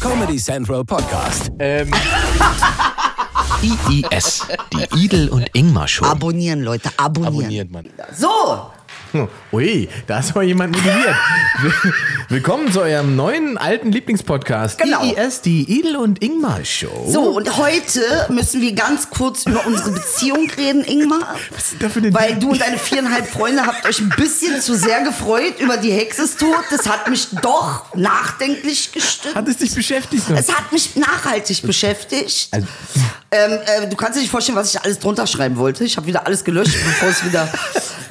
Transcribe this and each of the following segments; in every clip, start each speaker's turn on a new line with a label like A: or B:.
A: Comedy Central Podcast.
B: Ähm,
C: IIS, die Idel und Ingmar Show.
D: Abonnieren, Leute, abonnieren.
B: abonniert man.
D: So,
B: Ui, da ist mal jemand motiviert. Will- Willkommen zu eurem neuen alten Lieblingspodcast.
D: Genau.
B: IIS, die Idel und Ingmar Show.
D: so und heute müssen wir ganz kurz über unsere Beziehung reden, Ingmar.
B: Was ist da für eine
D: Weil du und deine viereinhalb Freunde habt euch ein bisschen zu sehr gefreut über die Hexe ist tot. Das hat mich doch nachdenklich gestimmt.
B: Hat es dich beschäftigt?
D: Es hat mich nachhaltig beschäftigt.
B: Also-
D: ähm, äh, du kannst dir nicht vorstellen, was ich alles drunter schreiben wollte. Ich habe wieder alles gelöscht, bevor es wieder,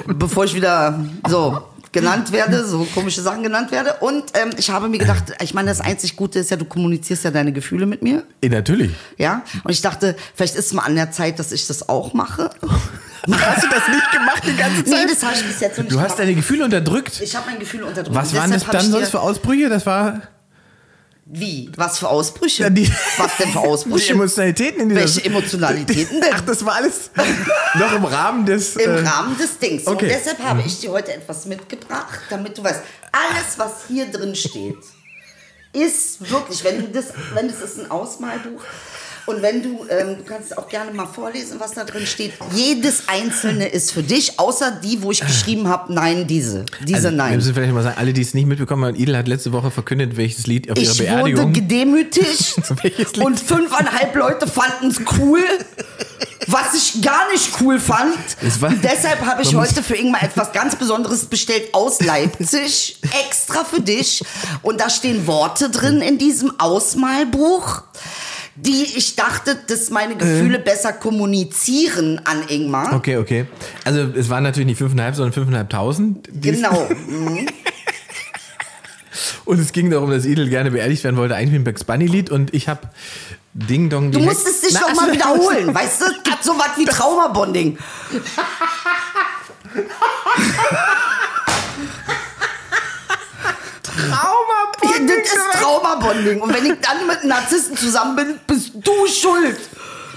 D: bevor ich wieder so genannt werde, so komische Sachen genannt werde. Und ähm, ich habe mir gedacht, ich meine, das einzig Gute ist ja, du kommunizierst ja deine Gefühle mit mir,
B: Ey, natürlich.
D: ja. Und ich dachte, vielleicht ist mal an der Zeit, dass ich das auch mache.
B: Hast du das nicht gemacht die ganze
D: Nee,
B: Zeit?
D: das habe ich bis jetzt noch nicht
B: du hast
D: gemacht.
B: deine Gefühle unterdrückt.
D: Ich habe mein Gefühl unterdrückt.
B: Was
D: Und
B: waren das
D: deshalb hab
B: dann
D: ich
B: sonst
D: dir-
B: für Ausbrüche? Das war
D: Wie? Was für Ausbrüche?
B: Ja, die-
D: Was denn für
B: die
D: Ausbrüche?
B: Emotionalitäten in dieser
D: Welche Emotionalitäten denn?
B: Ach, das war alles noch im Rahmen des.
D: Im
B: äh,
D: Rahmen des Dings.
B: okay. Mhm.
D: Und deshalb habe ich dir heute etwas mitgebracht, damit du weißt, alles, was hier drin steht, ist wirklich, wenn du das, wenn es ist ein Ausmalbuch und wenn du, ähm, du kannst es auch gerne mal vorlesen, was da drin steht. Jedes einzelne ist für dich, außer die, wo ich geschrieben habe, nein, diese, diese
B: also, Wir
D: nein.
B: müssen vielleicht mal sagen, alle, die es nicht mitbekommen haben, Idel hat letzte Woche verkündet, welches Lied auf
D: Ich
B: ihrer
D: wurde
B: Beerdigung.
D: gedemütigt
B: Welches Lied?
D: und fünfeinhalb Leute fanden es cool, was ich gar nicht cool fand.
B: Es war-
D: und deshalb habe ich
B: Man muss-
D: heute für Ingmar etwas ganz Besonderes bestellt aus Leipzig, extra für dich. Und da stehen Worte drin in diesem Ausmalbuch, die ich dachte, dass meine
B: Äh.
D: Gefühle besser kommunizieren an Ingmar.
B: Okay, okay. Also es waren natürlich nicht fünfeinhalb, sondern fünfeinhalbtausend. die-
D: Genau. Mhm.
B: Und es ging darum, dass Idel gerne beerdigt werden wollte, eigentlich mit dem Bugs Bunny Lied. Und ich habe Ding Dong.
D: Du musst es dich doch mal wiederholen, weißt du? Es gibt so was wie Traumabonding. Ja,
B: Trauma.
D: das ist Traumabonding. Und wenn ich dann mit einem Narzissten zusammen bin, bist du schuld.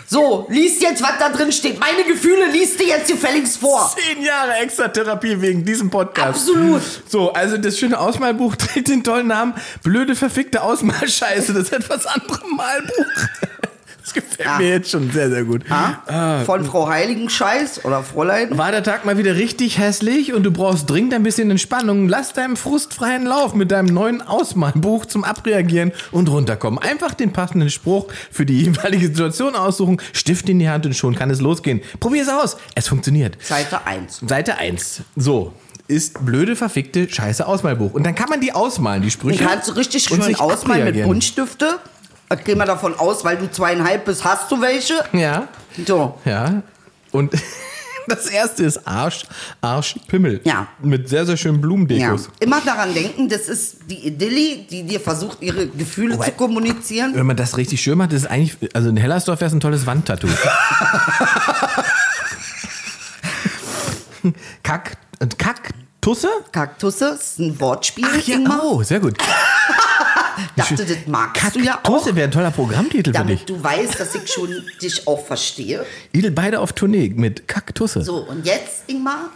D: So, lies jetzt, was da drin steht. Meine Gefühle liest dir jetzt gefälligst vor.
B: Zehn Jahre extra Therapie wegen diesem Podcast.
D: Absolut.
B: So, also das schöne Ausmalbuch trägt den tollen Namen Blöde verfickte Ausmalscheiße. Das ist etwas anderes Malbuch. Das gefällt
D: Ah.
B: mir jetzt schon sehr, sehr gut.
D: Ha? Von Frau Heiligenscheiß oder Fräulein.
B: War der Tag mal wieder richtig hässlich und du brauchst dringend ein bisschen Entspannung? Lass deinem frustfreien Lauf mit deinem neuen Ausmalbuch zum Abreagieren und runterkommen. Einfach den passenden Spruch für die jeweilige Situation aussuchen, Stift in die Hand und schon kann es losgehen. Probier es aus. Es funktioniert.
D: Seite 1.
B: Seite 1. So. Ist blöde, verfickte, scheiße Ausmalbuch. Und dann kann man die ausmalen, die
D: Den
B: Sprüche.
D: kannst du richtig
B: und
D: schön
B: sich
D: ausmalen mit
B: abreagieren.
D: Buntstifte. Ich gehe mal davon aus, weil du zweieinhalb bist, hast du welche?
B: Ja.
D: So.
B: Ja. Und das erste ist Arsch, Arsch, Pimmel.
D: Ja.
B: Mit sehr, sehr schönen
D: Ja.
B: Blumendekos.
D: Immer daran denken, das ist die Idilli, die dir versucht, ihre Gefühle
B: Wobei-
D: zu kommunizieren.
B: Wenn man das richtig schön macht, ist es eigentlich, also in Hellersdorf wäre es ein tolles Wandtattoo. Kack, und Kaktusse?
D: Kaktusse, ist ein Wortspiel. Ingmar.
B: oh, sehr gut.
D: dachte, das magst du ja auch.
B: Kaktusse wäre ein toller Programmtitel für dich.
D: Damit du weißt, dass ich schon dich auch verstehe.
B: Idel beide auf Tournee mit Kaktusse.
D: So, und jetzt, Ingmar,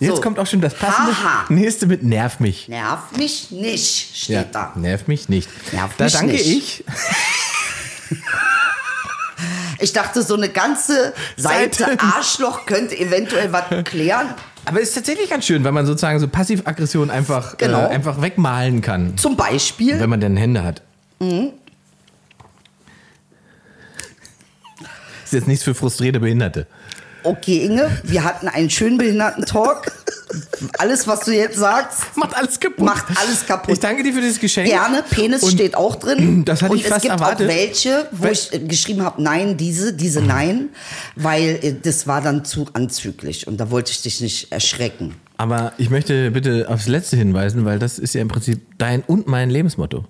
B: Jetzt
D: so.
B: kommt auch schon das passende.
D: Haha.
B: Nächste mit Nerv mich.
D: nerv mich nicht, steht da.
B: Nerv mich nicht.
D: Nerv
B: da
D: mich
B: danke
D: nicht.
B: ich.
D: Ich dachte, so eine ganze Seite,
B: Seite.
D: Arschloch könnte eventuell was klären.
B: Aber es ist tatsächlich ganz schön, weil man sozusagen so Passivaggression einfach,
D: Genau.
B: äh, einfach wegmalen kann.
D: Zum Beispiel,
B: Wenn man denn Hände hat.
D: Mhm.
B: Ist jetzt nichts für frustrierte Behinderte.
D: okay, Inge, wir hatten einen schönen Behinderten-Talk. Alles, was du jetzt sagst,
B: Macht alles kaputt.
D: Macht alles kaputt.
B: Ich danke dir für dieses Geschenk.
D: gerne. Penis
B: Und
D: steht auch drin.
B: Das hatte
D: und
B: ich fast
D: es gibt
B: erwartet.
D: auch welche, wo
B: Weil-
D: ich äh, geschrieben habe, nein, diese, diese nein, weil äh, das war dann zu anzüglich und da wollte ich dich nicht erschrecken.
B: Aber ich möchte bitte aufs Letzte hinweisen, weil das ist ja im Prinzip dein und mein Lebensmotto.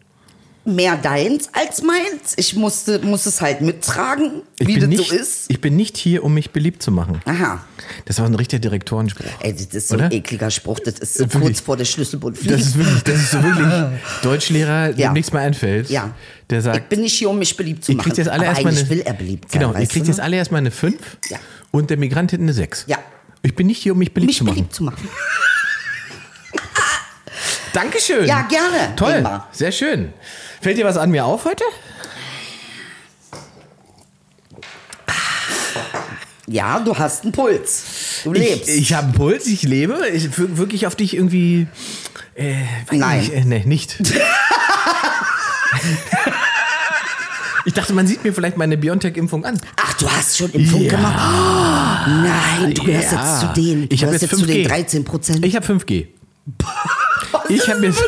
D: Mehr deins als meins. Ich musste, muss es halt mittragen,
B: Ich
D: wie
B: bin
D: das
B: nicht,
D: so ist.
B: Ich bin nicht hier, um mich beliebt zu machen.
D: Aha.
B: Das war ein richtiger Direktorenspruch.
D: Ey, das ist so
B: Oder? Äh,
D: ein ekliger Spruch. Das ist so
B: Wirklich.
D: kurz vor der Schlüsselbundfliege.
B: Das ist wirklich, das ist so wirklich Deutschlehrer, dem
D: Ja.
B: nichts mehr einfällt.
D: Ja.
B: Der sagt,
D: ich bin nicht hier, um mich beliebt zu
B: Ihr
D: machen.
B: kriegt jetzt alle
D: Aber
B: erstmal
D: eigentlich
B: eine.
D: will er beliebt sein.
B: genau, ihr
D: weißt
B: kriegt
D: du, ne?
B: jetzt alle erstmal eine 5
D: Ja.
B: und der Migrant hinten eine 6.
D: Ja.
B: Ich bin nicht hier, um mich beliebt
D: mich
B: zu machen.
D: beliebt zu machen.
B: Dankeschön.
D: Ja, gerne,
B: Toll.
D: Ingmar.
B: Sehr schön. Fällt dir was an mir auf heute?
D: Ja, du hast einen Puls. Du lebst.
B: Ich, ich habe einen Puls, ich lebe. Ich wir- wirklich auf dich irgendwie. Äh, weiß
D: Nein.
B: Nicht, äh, nee, nicht. ich dachte, man sieht mir vielleicht meine Biontech-Impfung an.
D: Ach, du hast schon Impfung
B: Ja.
D: gemacht? Oh, nein, du gehörst
B: Ja.
D: jetzt zu denen. Du
B: Ich habe
D: gehörst
B: jetzt
D: jetzt zu den
B: 5G.
D: 13 Prozent.
B: Ich habe 5G. Ich habe jetzt,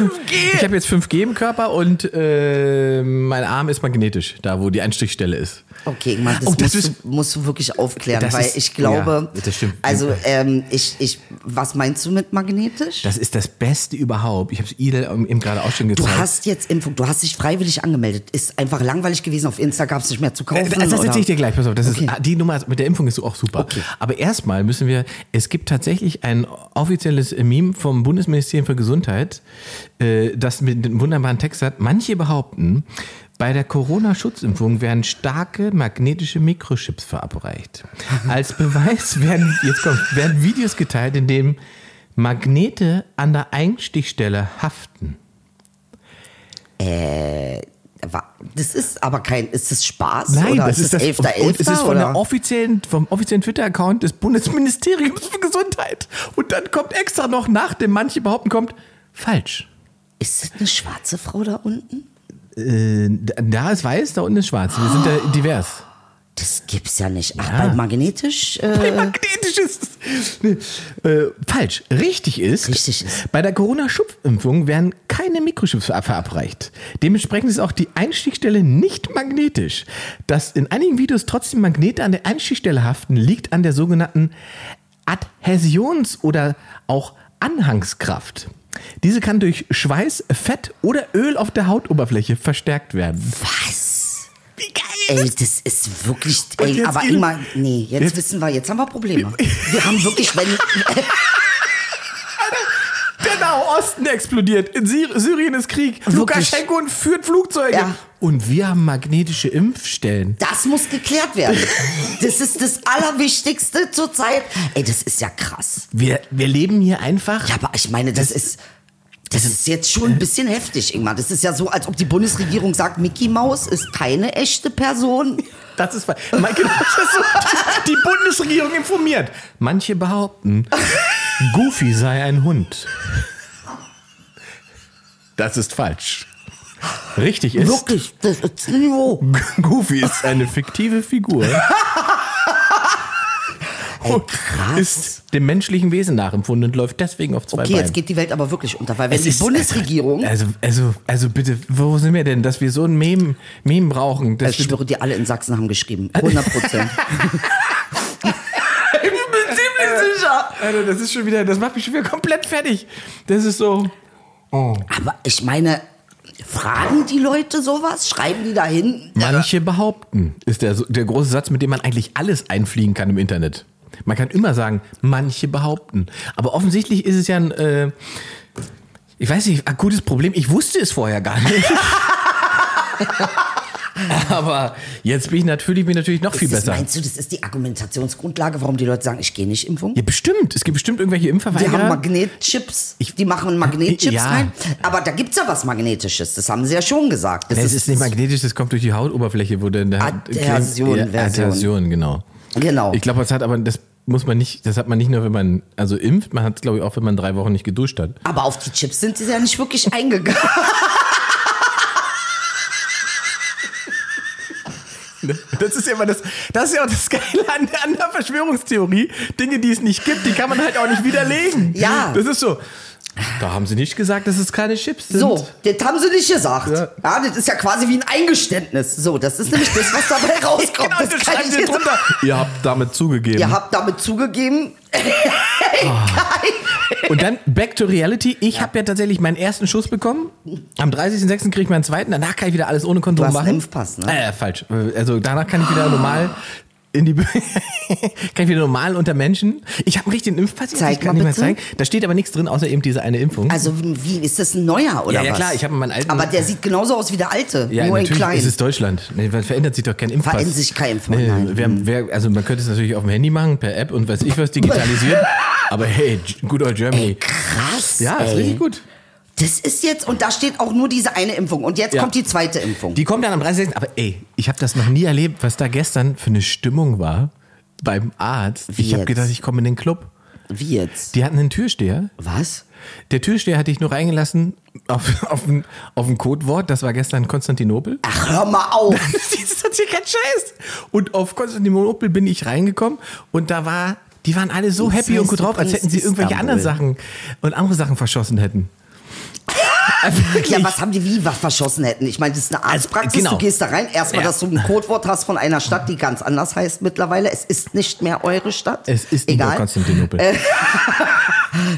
B: ich hab jetzt 5G im Körper und äh, mein Arm ist magnetisch, da wo die Einstichstelle ist.
D: Okay, Mann, das,
B: Oh, das
D: musst,
B: ist-
D: du, musst du wirklich aufklären,
B: Das
D: weil
B: ist-
D: ich glaube,
B: ja, das stimmt.
D: also ähm, ich, ich, was meinst du mit magnetisch?
B: Das ist das Beste überhaupt. Ich habe es Idel eben gerade auch schon
D: Du
B: gezeigt.
D: hast jetzt Impfung, du hast dich freiwillig angemeldet. Ist einfach langweilig gewesen, auf Insta gab es nicht mehr zu
B: Äh,
D: kaufen.
B: Das
D: oder?
B: erzähle ich dir gleich, pass auf. Das
D: Okay.
B: ist, ah, die Nummer mit der Impfung ist auch super. Aber erstmal müssen wir, es gibt tatsächlich ein offizielles Meme vom Bundesministerium für Gesundheit, äh, das mit einem wunderbaren Text hat. Manche behaupten, bei der Corona-Schutzimpfung werden starke magnetische Mikrochips verabreicht. Als Beweis werden, jetzt kommt, werden Videos geteilt, in denen Magnete an der Einstichstelle haften.
D: Äh, Wa- Das ist aber kein, ist das Spaß?
B: Nein,
D: oder
B: das ist das.
D: 11.11.
B: und es ist von
D: oder?
B: der offiziellen, vom offiziellen Twitter-Account des Bundesministeriums für Gesundheit. Und dann kommt extra noch nach, dem manche behaupten, kommt falsch.
D: Ist das eine schwarze Frau da unten?
B: Äh, da ist weiß, da unten ist schwarz. Wir sind da divers.
D: Das gibt's ja nicht. Ach,
B: Ja.
D: bei magnetisch?
B: Bei
D: Äh,
B: magnetisch ist es- nee, äh, falsch. Richtig ist,
D: Richtig ist.
B: bei der Corona-Schupfimpfung werden keine Mikrochips ver- verabreicht. Dementsprechend ist auch die Einstichstelle nicht magnetisch. Dass in einigen Videos trotzdem Magnete an der Einstichstelle haften, liegt an der sogenannten Adhäsions- oder auch Anhangskraft. Diese kann durch Schweiß, Fett oder Öl auf der Hautoberfläche verstärkt werden.
D: was?
B: Wie geil!
D: Ey, das ist wirklich.
B: Und
D: Ey,
B: jetzt
D: aber
B: Ihnen-
D: Ingmar, nee, jetzt,
B: Jetzt-
D: wissen wir, jetzt haben wir Probleme. Wir haben wirklich, wenn. äh,
B: Der Nahe Genau, Osten explodiert. In Syr- Syrien ist Krieg. Lukaschenko führt Flugzeuge.
D: Ja.
B: Und wir haben magnetische Impfstellen.
D: Das muss geklärt werden. Das ist das Allerwichtigste zurzeit. Ey, das ist ja krass.
B: Wir, wir leben hier einfach.
D: Ja, aber ich meine, das, ist. Das
B: Also-
D: ist jetzt schon ein bisschen heftig, Ingmar. Das ist ja so, als ob die Bundesregierung sagt, Mickey Maus ist keine echte Person.
B: Das ist, Michael, das ist so, die, die Bundesregierung informiert. Manche behaupten, Goofy sei ein Hund. Das ist falsch. Richtig ist,
D: Wirklich, das ist Niveau.
B: Goofy ist eine fiktive Figur.
D: Ey, krass.
B: Oh, Ist dem menschlichen Wesen nachempfunden und läuft deswegen auf zwei
D: Okay,
B: Beinen.
D: jetzt geht die Welt aber wirklich unter, weil wenn
B: Es
D: die
B: ist- äh,
D: Bundesregierung,
B: Also, also, also bitte, wo sind wir denn, dass wir so ein Meme, Meme brauchen? Dass
D: ich schwöre dir, alle in Sachsen haben geschrieben, 100 Prozent. ich bin ziemlich sicher.
B: Alter, das ist schon wieder, das macht mich schon wieder komplett fertig. Das ist so.
D: Aber ich meine, fragen die Leute sowas? Schreiben die dahin?
B: Manche behaupten, ist der, der große Satz, mit dem man eigentlich alles einfliegen kann im Internet. Man kann immer sagen, manche behaupten. Aber offensichtlich ist es ja ein, äh, ich weiß nicht, akutes Problem. Ich wusste es vorher gar nicht. Aber jetzt bin ich natürlich, bin ich natürlich noch viel
D: Ist das,
B: besser.
D: Meinst du, das ist die Argumentationsgrundlage, warum die Leute sagen, ich gehe nicht Impfung?
B: Ja, bestimmt. Es gibt bestimmt irgendwelche
D: Die
B: Impfverweigerer.
D: haben Magnetchips, die machen Magnetchips
B: Ja.
D: rein. Aber da gibt's ja was Magnetisches, das haben sie ja schon gesagt. Das
B: Es ist nicht magnetisch, es kommt durch die Hautoberfläche, wo dann der
D: Adhäsion,
B: Ja,
D: Version.
B: Adhäsion, genau.
D: Genau.
B: Ich glaube, das hat aber das muss man nicht, das hat man nicht nur, wenn man also impft, man hat es glaube ich auch, wenn man drei Wochen nicht geduscht hat.
D: Aber auf die Chips sind sie ja nicht wirklich eingegangen.
B: Das ist ja immer das, das ist ja auch das Geile an, der- an der Verschwörungstheorie. Dinge, die es nicht gibt, die kann man halt auch nicht widerlegen.
D: Ja.
B: Das ist so. Da haben sie nicht gesagt, dass es keine Chips sind.
D: So, das haben sie nicht gesagt.
B: Ja.
D: Ja. das ist ja quasi wie ein Eingeständnis. So, das ist nämlich das, was dabei rauskommt.
B: Genau,
D: das
B: das
D: kann
B: schreiben
D: ich
B: sie
D: dir
B: drunter.
D: sagen.
B: Ihr habt damit zugegeben.
D: Ihr habt damit zugegeben.
B: Ah. Und dann back to reality. Ich habe ja tatsächlich meinen ersten Schuss bekommen. Am 30.06. kriege ich meinen zweiten. Danach kann ich wieder alles ohne Kondom
D: Du hast
B: machen.
D: einen Impfpass, ne?
B: Äh, falsch. Also danach kann ich wieder normal in die Bü- kann ich wieder normal unter Menschen. Ich habe einen richtigen Impfpass.
D: Zeig
B: ich kann nicht
D: mal
B: mehr
D: bitte.
B: zeigen. Da steht aber nichts drin, außer eben diese eine Impfung.
D: Also, wie ist das ein neuer oder
B: Ja, ja,
D: was?
B: klar, ich habe meinen alten-
D: Aber der sieht genauso aus wie der alte,
B: ja,
D: nur in
B: natürlich
D: klein.
B: ist es Deutschland. Nee, weil verändert sich doch kein Impfpass.
D: Verändert sich kein Impfpass,
B: Nee,
D: nein.
B: wer, wer, also man könnte es natürlich auf dem Handy machen, per App und weiß ich was digitalisiert. aber hey, good old Germany.
D: Krass.
B: ja, ist
D: ey.
B: richtig gut.
D: Das ist jetzt, und da steht auch nur diese eine Impfung. Und jetzt
B: Ja.
D: kommt die zweite Impfung.
B: Die kommt dann am 30. Aber ey, ich habe das noch nie erlebt, was da gestern für eine Stimmung war beim Arzt.
D: Wie
B: ich habe
D: jetzt?
B: gedacht, ich komme in den Club.
D: Wie jetzt?
B: Die hatten einen Türsteher.
D: Was?
B: Der Türsteher hatte ich nur reingelassen auf, auf, ein, auf ein Codewort. Das war gestern Konstantinopel.
D: Ach, hör mal auf.
B: das ist doch hier kein Scheiß. Und auf Konstantinopel bin ich reingekommen und da war, die waren alle so happy
D: heißt
B: und gut drauf, als
D: übrigens
B: hätten sie irgendwelche
D: Istanbul.
B: anderen Sachen und andere Sachen verschossen hätten. Wirklich.
D: Ja, was haben die wie was verschossen hätten? Ich meine, das ist eine Arztpraxis,
B: Genau.
D: du gehst da rein, erstmal,
B: Ja.
D: dass du ein Codewort hast von einer Stadt, die ganz anders heißt mittlerweile. Es ist nicht mehr eure Stadt.
B: Es ist nicht mehr
D: egal.
B: Konstantinopel.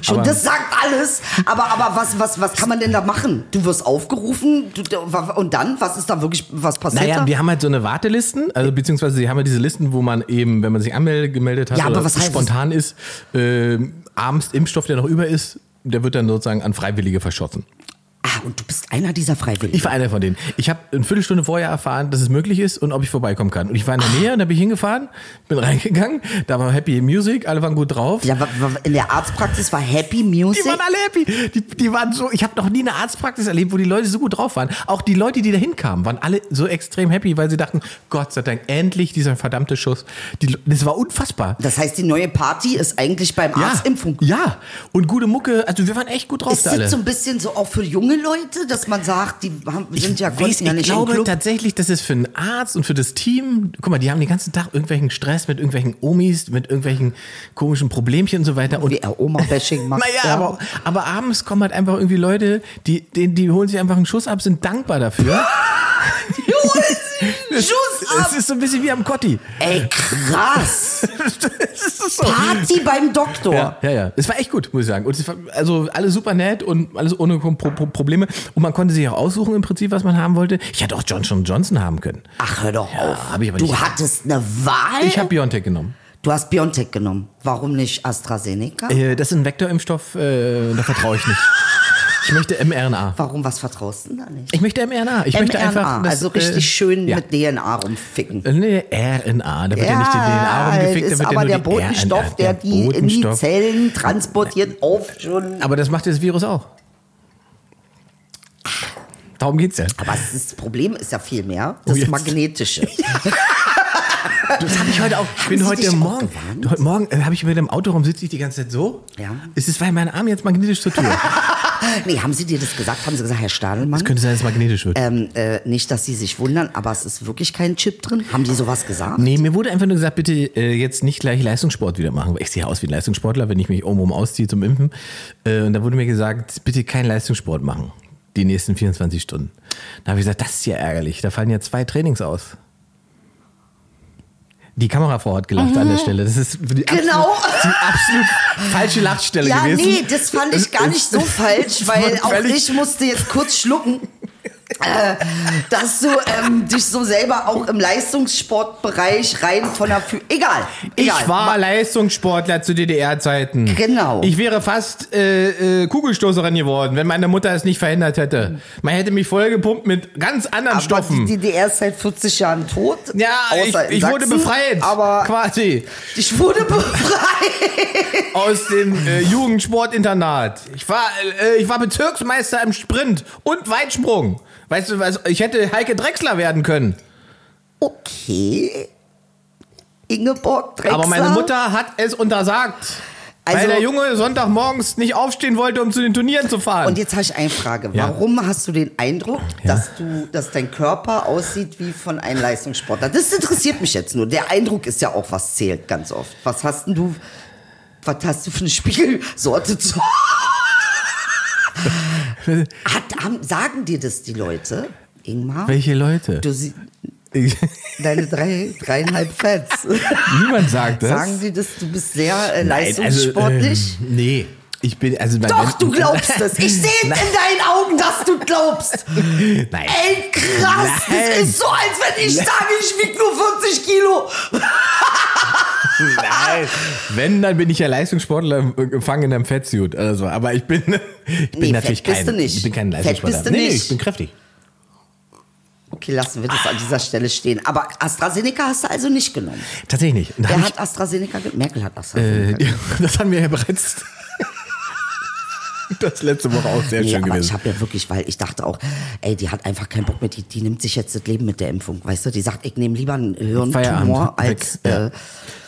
D: Schon
B: aber-
D: das sagt alles. Aber aber was was was kann man denn da machen? Du wirst aufgerufen du, und dann was ist da wirklich was passiert?
B: naja,
D: da?
B: wir haben halt so eine Wartelisten, also beziehungsweise sie haben halt diese Listen, wo man eben, wenn man sich angemeldet hat,
D: Ja, aber
B: oder
D: was heißt
B: spontan ist, ähm, abends Impfstoff, der noch über ist, der wird dann sozusagen an Freiwillige verschossen.
D: ah, und du bist einer dieser Freiwilligen.
B: Ich war einer von denen. Ich habe eine Viertelstunde vorher erfahren, dass es möglich ist und ob ich vorbeikommen kann. Und ich war in der Nähe und da bin ich hingefahren, bin reingegangen, da war Happy Music, alle waren gut drauf.
D: ja, wa- wa- in der Arztpraxis war Happy
B: Die
D: Music.
B: waren alle happy. Die, die waren so, ich habe noch nie eine Arztpraxis erlebt, wo die Leute so gut drauf waren. Auch die Leute, die da hinkamen, waren alle so extrem happy, weil sie dachten, Gott sei Dank, endlich dieser verdammte Schuss. Die, das war unfassbar.
D: Das heißt, die neue Party ist eigentlich beim
B: Ja,
D: Arztimpfung.
B: ja, und gute Mucke. Also wir waren echt gut drauf
D: Ist
B: da
D: das
B: alle.
D: so ein bisschen so auch für junge Leute, dass man sagt, die haben, sind ja,
B: weiß,
D: konnten ja
B: ich
D: nicht im
B: glaube
D: Club?
B: tatsächlich, dass es für einen Arzt und für das Team, guck mal, die haben den ganzen Tag irgendwelchen Stress mit irgendwelchen Omis, mit irgendwelchen komischen Problemchen und so weiter. Und
D: wie er Oma-Bashing macht.
B: naja, aber, aber abends kommen halt einfach irgendwie Leute, die, die, die holen sich einfach einen Schuss ab, sind dankbar dafür.
D: Schuss
B: Es
D: ab!
B: ist so ein bisschen wie am Kotti.
D: Ey, krass!
B: Das ist so.
D: Party beim Doktor!
B: Ja, ja, ja. Es war echt gut, muss ich sagen. Und es war, also alles super nett und alles ohne Pro Pro Probleme. Und man konnte sich auch aussuchen im Prinzip, was man haben wollte. Ich hätte auch Johnson Johnson haben können.
D: Ach, hör doch auf.
B: hab ich aber
D: du
B: nicht.
D: hattest eine Wahl?
B: Ich habe BioNTech genommen.
D: du hast BioNTech genommen. Warum nicht AstraZeneca?
B: Äh, das ist ein Vektorimpfstoff, äh, da vertraue ich nicht. Ich möchte mRNA.
D: Warum, was vertraust du denn da nicht?
B: Ich möchte mRNA. Ich möchte
D: mRNA,
B: einfach. dass,
D: also richtig
B: äh,
D: schön
B: ja.
D: mit DNA rumficken.
B: Äh, Nee, RNA. Da wird ja, nicht die DNA rumgefickt, da
D: ist
B: wird ja
D: aber
B: nur
D: der
B: die
D: Botenstoff,
B: RNA,
D: der, die in die
B: Botenstoff.
D: Zellen transportiert, auf schon.
B: Aber das macht das Virus auch. Darum geht's ja.
D: Aber es ist- das Problem ist ja viel mehr,
B: Oh,
D: das
B: jetzt.
D: Magnetische.
B: Das habe ich heute auch. Ich bin
D: Sie
B: heute
D: dich auch
B: Morgen.
D: gewarnt?
B: Heute Morgen äh, habe ich mit dem Auto rum, sitze ich die ganze Zeit so.
D: Ja.
B: Es ist, weil mein Arm jetzt magnetisch zur Tür.
D: Nee, haben Sie dir das gesagt? Haben Sie gesagt, Herr
B: Es
D: Stadelmann?
B: könnte sein, dass es magnetisch wird.
D: Ähm, äh, nicht, dass Sie sich wundern, aber es ist wirklich kein Chip drin. Haben die sowas gesagt?
B: Nee, mir wurde einfach nur gesagt, bitte äh, jetzt nicht gleich Leistungssport wieder machen, weil ich sehe aus wie ein Leistungssportler, wenn ich mich obenrum ausziehe zum Impfen. Äh, und da wurde mir gesagt, bitte keinen Leistungssport machen, die nächsten 24 Stunden. Da habe ich gesagt, das ist ja ärgerlich, da fallen ja zwei Trainings aus. Die Kamerafrau hat gelacht an der Stelle. Das ist die
D: Mhm. Genau.
B: absolut, die absolut falsche Lachstelle
D: Ja,
B: gewesen.
D: nee, das fand ich gar nicht so falsch, weil
B: war
D: auch
B: völlig-
D: ich musste jetzt kurz schlucken, äh, dass du ähm, dich so selber auch im Leistungssportbereich rein von der... Fü egal, egal.
B: Ich war Leistungssportler zu DDR-Zeiten.
D: Genau.
B: Ich wäre fast äh, äh, Kugelstoßerin geworden, wenn meine Mutter es nicht verhindert hätte. Man hätte mich vollgepumpt mit ganz anderen
D: aber
B: Stoffen.
D: Die DDR ist seit 40 Jahren tot.
B: ja, ich,
D: außer in
B: ich wurde
D: Sachsen,
B: befreit.
D: Aber
B: quasi.
D: ich wurde befreit.
B: Aus dem äh, Jugendsportinternat. Ich war, äh, ich war Bezirksmeister im Sprint und Weitsprung. Weißt du was? Ich hätte Heike Drechsler werden können.
D: Okay. Ingeborg Drexler.
B: Aber meine Mutter hat es untersagt. weil
D: Also-
B: der Junge Sonntagmorgens nicht aufstehen wollte, um zu den Turnieren zu fahren.
D: Und jetzt habe ich eine Frage.
B: Ja.
D: Warum hast du den Eindruck,
B: Ja.
D: dass du, dass dein Körper aussieht wie von einem Leistungssportler? Das interessiert mich jetzt nur. Der Eindruck ist ja auch, was zählt ganz oft. Was hast denn du, was hast du für eine Spiegelsorte zu? Hat, haben, sagen dir das die Leute, Ingmar?
B: Welche Leute?
D: Du sie, deine drei, dreieinhalb Fans.
B: Niemand sagt das.
D: Sagen die das, du bist sehr äh,
B: Nein,
D: leistungssportlich?
B: Also, ähm, nee, ich bin also
D: Doch, du glaubst es. Ich sehe es in deinen Augen, dass du glaubst.
B: Nein.
D: Ey, krass! Das
B: Nein.
D: ist so, als wenn ich sage, ich wiege nur 40 Kilo.
B: Nein. Wenn, dann bin ich ja Leistungssportler äh, gefangen in einem Fettsuit oder so. Aber ich bin, ich bin
D: Nee,
B: natürlich
D: fett
B: kein,
D: bist du nicht.
B: ich bin kein
D: Fett
B: Leistungssportler.
D: bist du
B: nee,
D: nicht.
B: ich bin kräftig.
D: Okay, lassen wir das an dieser Stelle stehen. Aber AstraZeneca hast du also nicht genommen.
B: Tatsächlich nicht. Und da
D: Wer
B: hab Äh,
D: hat AstraZeneca genommen? Merkel hat
B: ich,
D: AstraZeneca
B: äh, ja, das haben wir ja bereits. Das letzte Woche auch sehr
D: Nee,
B: schön
D: aber ich
B: gewesen.
D: habe ja wirklich, weil ich dachte auch, ey, die hat einfach keinen Bock mehr, die, die nimmt sich jetzt das Leben mit der Impfung, weißt du? Die sagt, ich nehme lieber einen
B: Feierabend.
D: Hirntumor
B: Weg.
D: als,
B: Ja. also,
D: äh,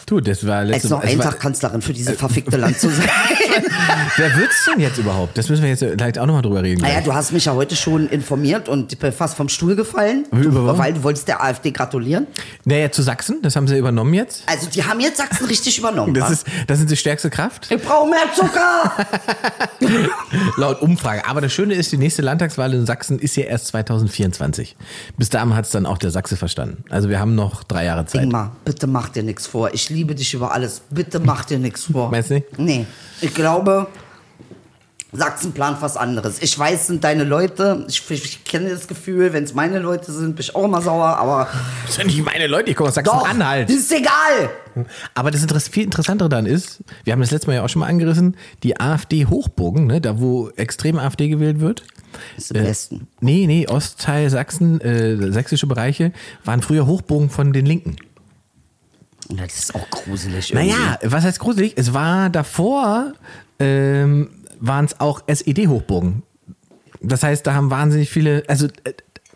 B: Du, das war
D: als
B: letzte
D: noch
B: es
D: einen
B: war-
D: Tag Kanzlerin für
B: Äh.
D: diese verfickte Land zu sein.
B: Wer wird's denn jetzt überhaupt? Das müssen wir jetzt vielleicht auch nochmal drüber reden.
D: Naja,
B: gleich.
D: du hast mich ja heute schon informiert und ich bin fast vom Stuhl gefallen,
B: Über was?
D: weil du wolltest der AfD gratulieren.
B: naja, zu Sachsen, das haben sie übernommen jetzt.
D: Also die haben jetzt Sachsen richtig übernommen.
B: Das,
D: wa?
B: ist, das sind die stärkste Kraft.
D: ich brauche mehr Zucker!
B: Laut Umfrage. Aber das Schöne ist, die nächste Landtagswahl in Sachsen ist ja erst 2024. Bis dahin hat es dann auch der Sachse verstanden. Also wir haben noch drei Jahre Zeit.
D: Ingmar, bitte mach dir nichts vor. Ich liebe dich über alles. Bitte mach dir nichts vor.
B: Meinst du nicht?
D: Nee. Ich glaube, Sachsen plant was anderes. Ich weiß, es sind deine Leute. Ich, ich, ich kenne das Gefühl, wenn es meine Leute sind, bin ich auch immer sauer, aber
B: Das sind nicht meine Leute, ich komme aus
D: doch.
B: Sachsen-Anhalt.
D: Ist egal.
B: Aber das Interess viel Interessantere dann ist, wir haben das letzte Mal ja auch schon mal angerissen, die AfD-Hochburgen, ne, da wo extrem AfD gewählt wird.
D: Ist im Westen.
B: Nee, nee, Ostteil Sachsen, äh, sächsische Bereiche, waren früher Hochburgen von den Linken.
D: Ja, das ist auch gruselig.
B: Naja, was heißt gruselig? Es war davor, ähm, waren es auch SED-Hochburgen. Das heißt, da haben wahnsinnig viele, also äh,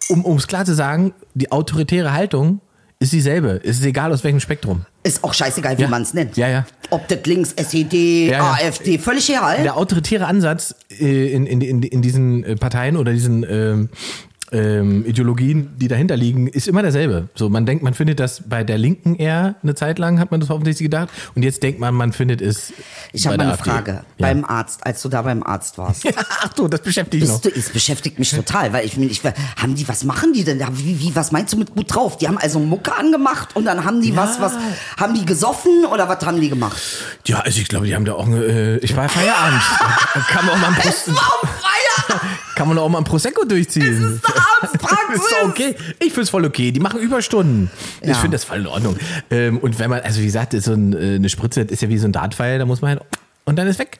B: um um es klar zu sagen, die autoritäre Haltung ist dieselbe. Es ist egal aus welchem Spektrum.
D: Ist auch scheißegal, wie
B: Ja.
D: man es nennt.
B: Ja, ja.
D: Ob das links, E SED,
B: Ja, ja.
D: AfD, völlig egal.
B: Der autoritäre Ansatz äh, in, in, in, in diesen äh, Parteien oder diesen ähm, ähm, Ideologien, die dahinter liegen, ist immer derselbe. So, man denkt, man findet das bei der Linken eher eine Zeit lang, hat man das hoffentlich gedacht. Und jetzt denkt man, man findet es.
D: Ich habe
B: bei
D: mal eine
B: der AfD.
D: Frage.
B: Ja.
D: Beim Arzt, als du da beim Arzt warst.
B: Ach du, das beschäftigt dich noch.
D: Bist du, es beschäftigt mich total, weil ich mir nicht, haben die, was machen die denn da? Wie, wie, was meinst du mit gut drauf? Die haben also Mucke angemacht und dann haben die was, was, haben die gesoffen oder was haben die gemacht?
B: Ja, also ich glaube, die haben da auch. Äh, ich war Feierabend. kann man auch mal ein
D: Es
B: Pros
D: war auf Feier!
B: kann man auch mal ein Prosecco durchziehen.
D: Das ist eine Arztpraxis!
B: Ist doch okay. Ich finde es voll okay. Die machen Überstunden.
D: Ja.
B: Ich finde das voll in Ordnung. Ähm, und wenn man, also wie gesagt, ist so ein, äh, eine Spritze ist ja wie so ein Dartpfeil, da muss man halt und dann ist weg.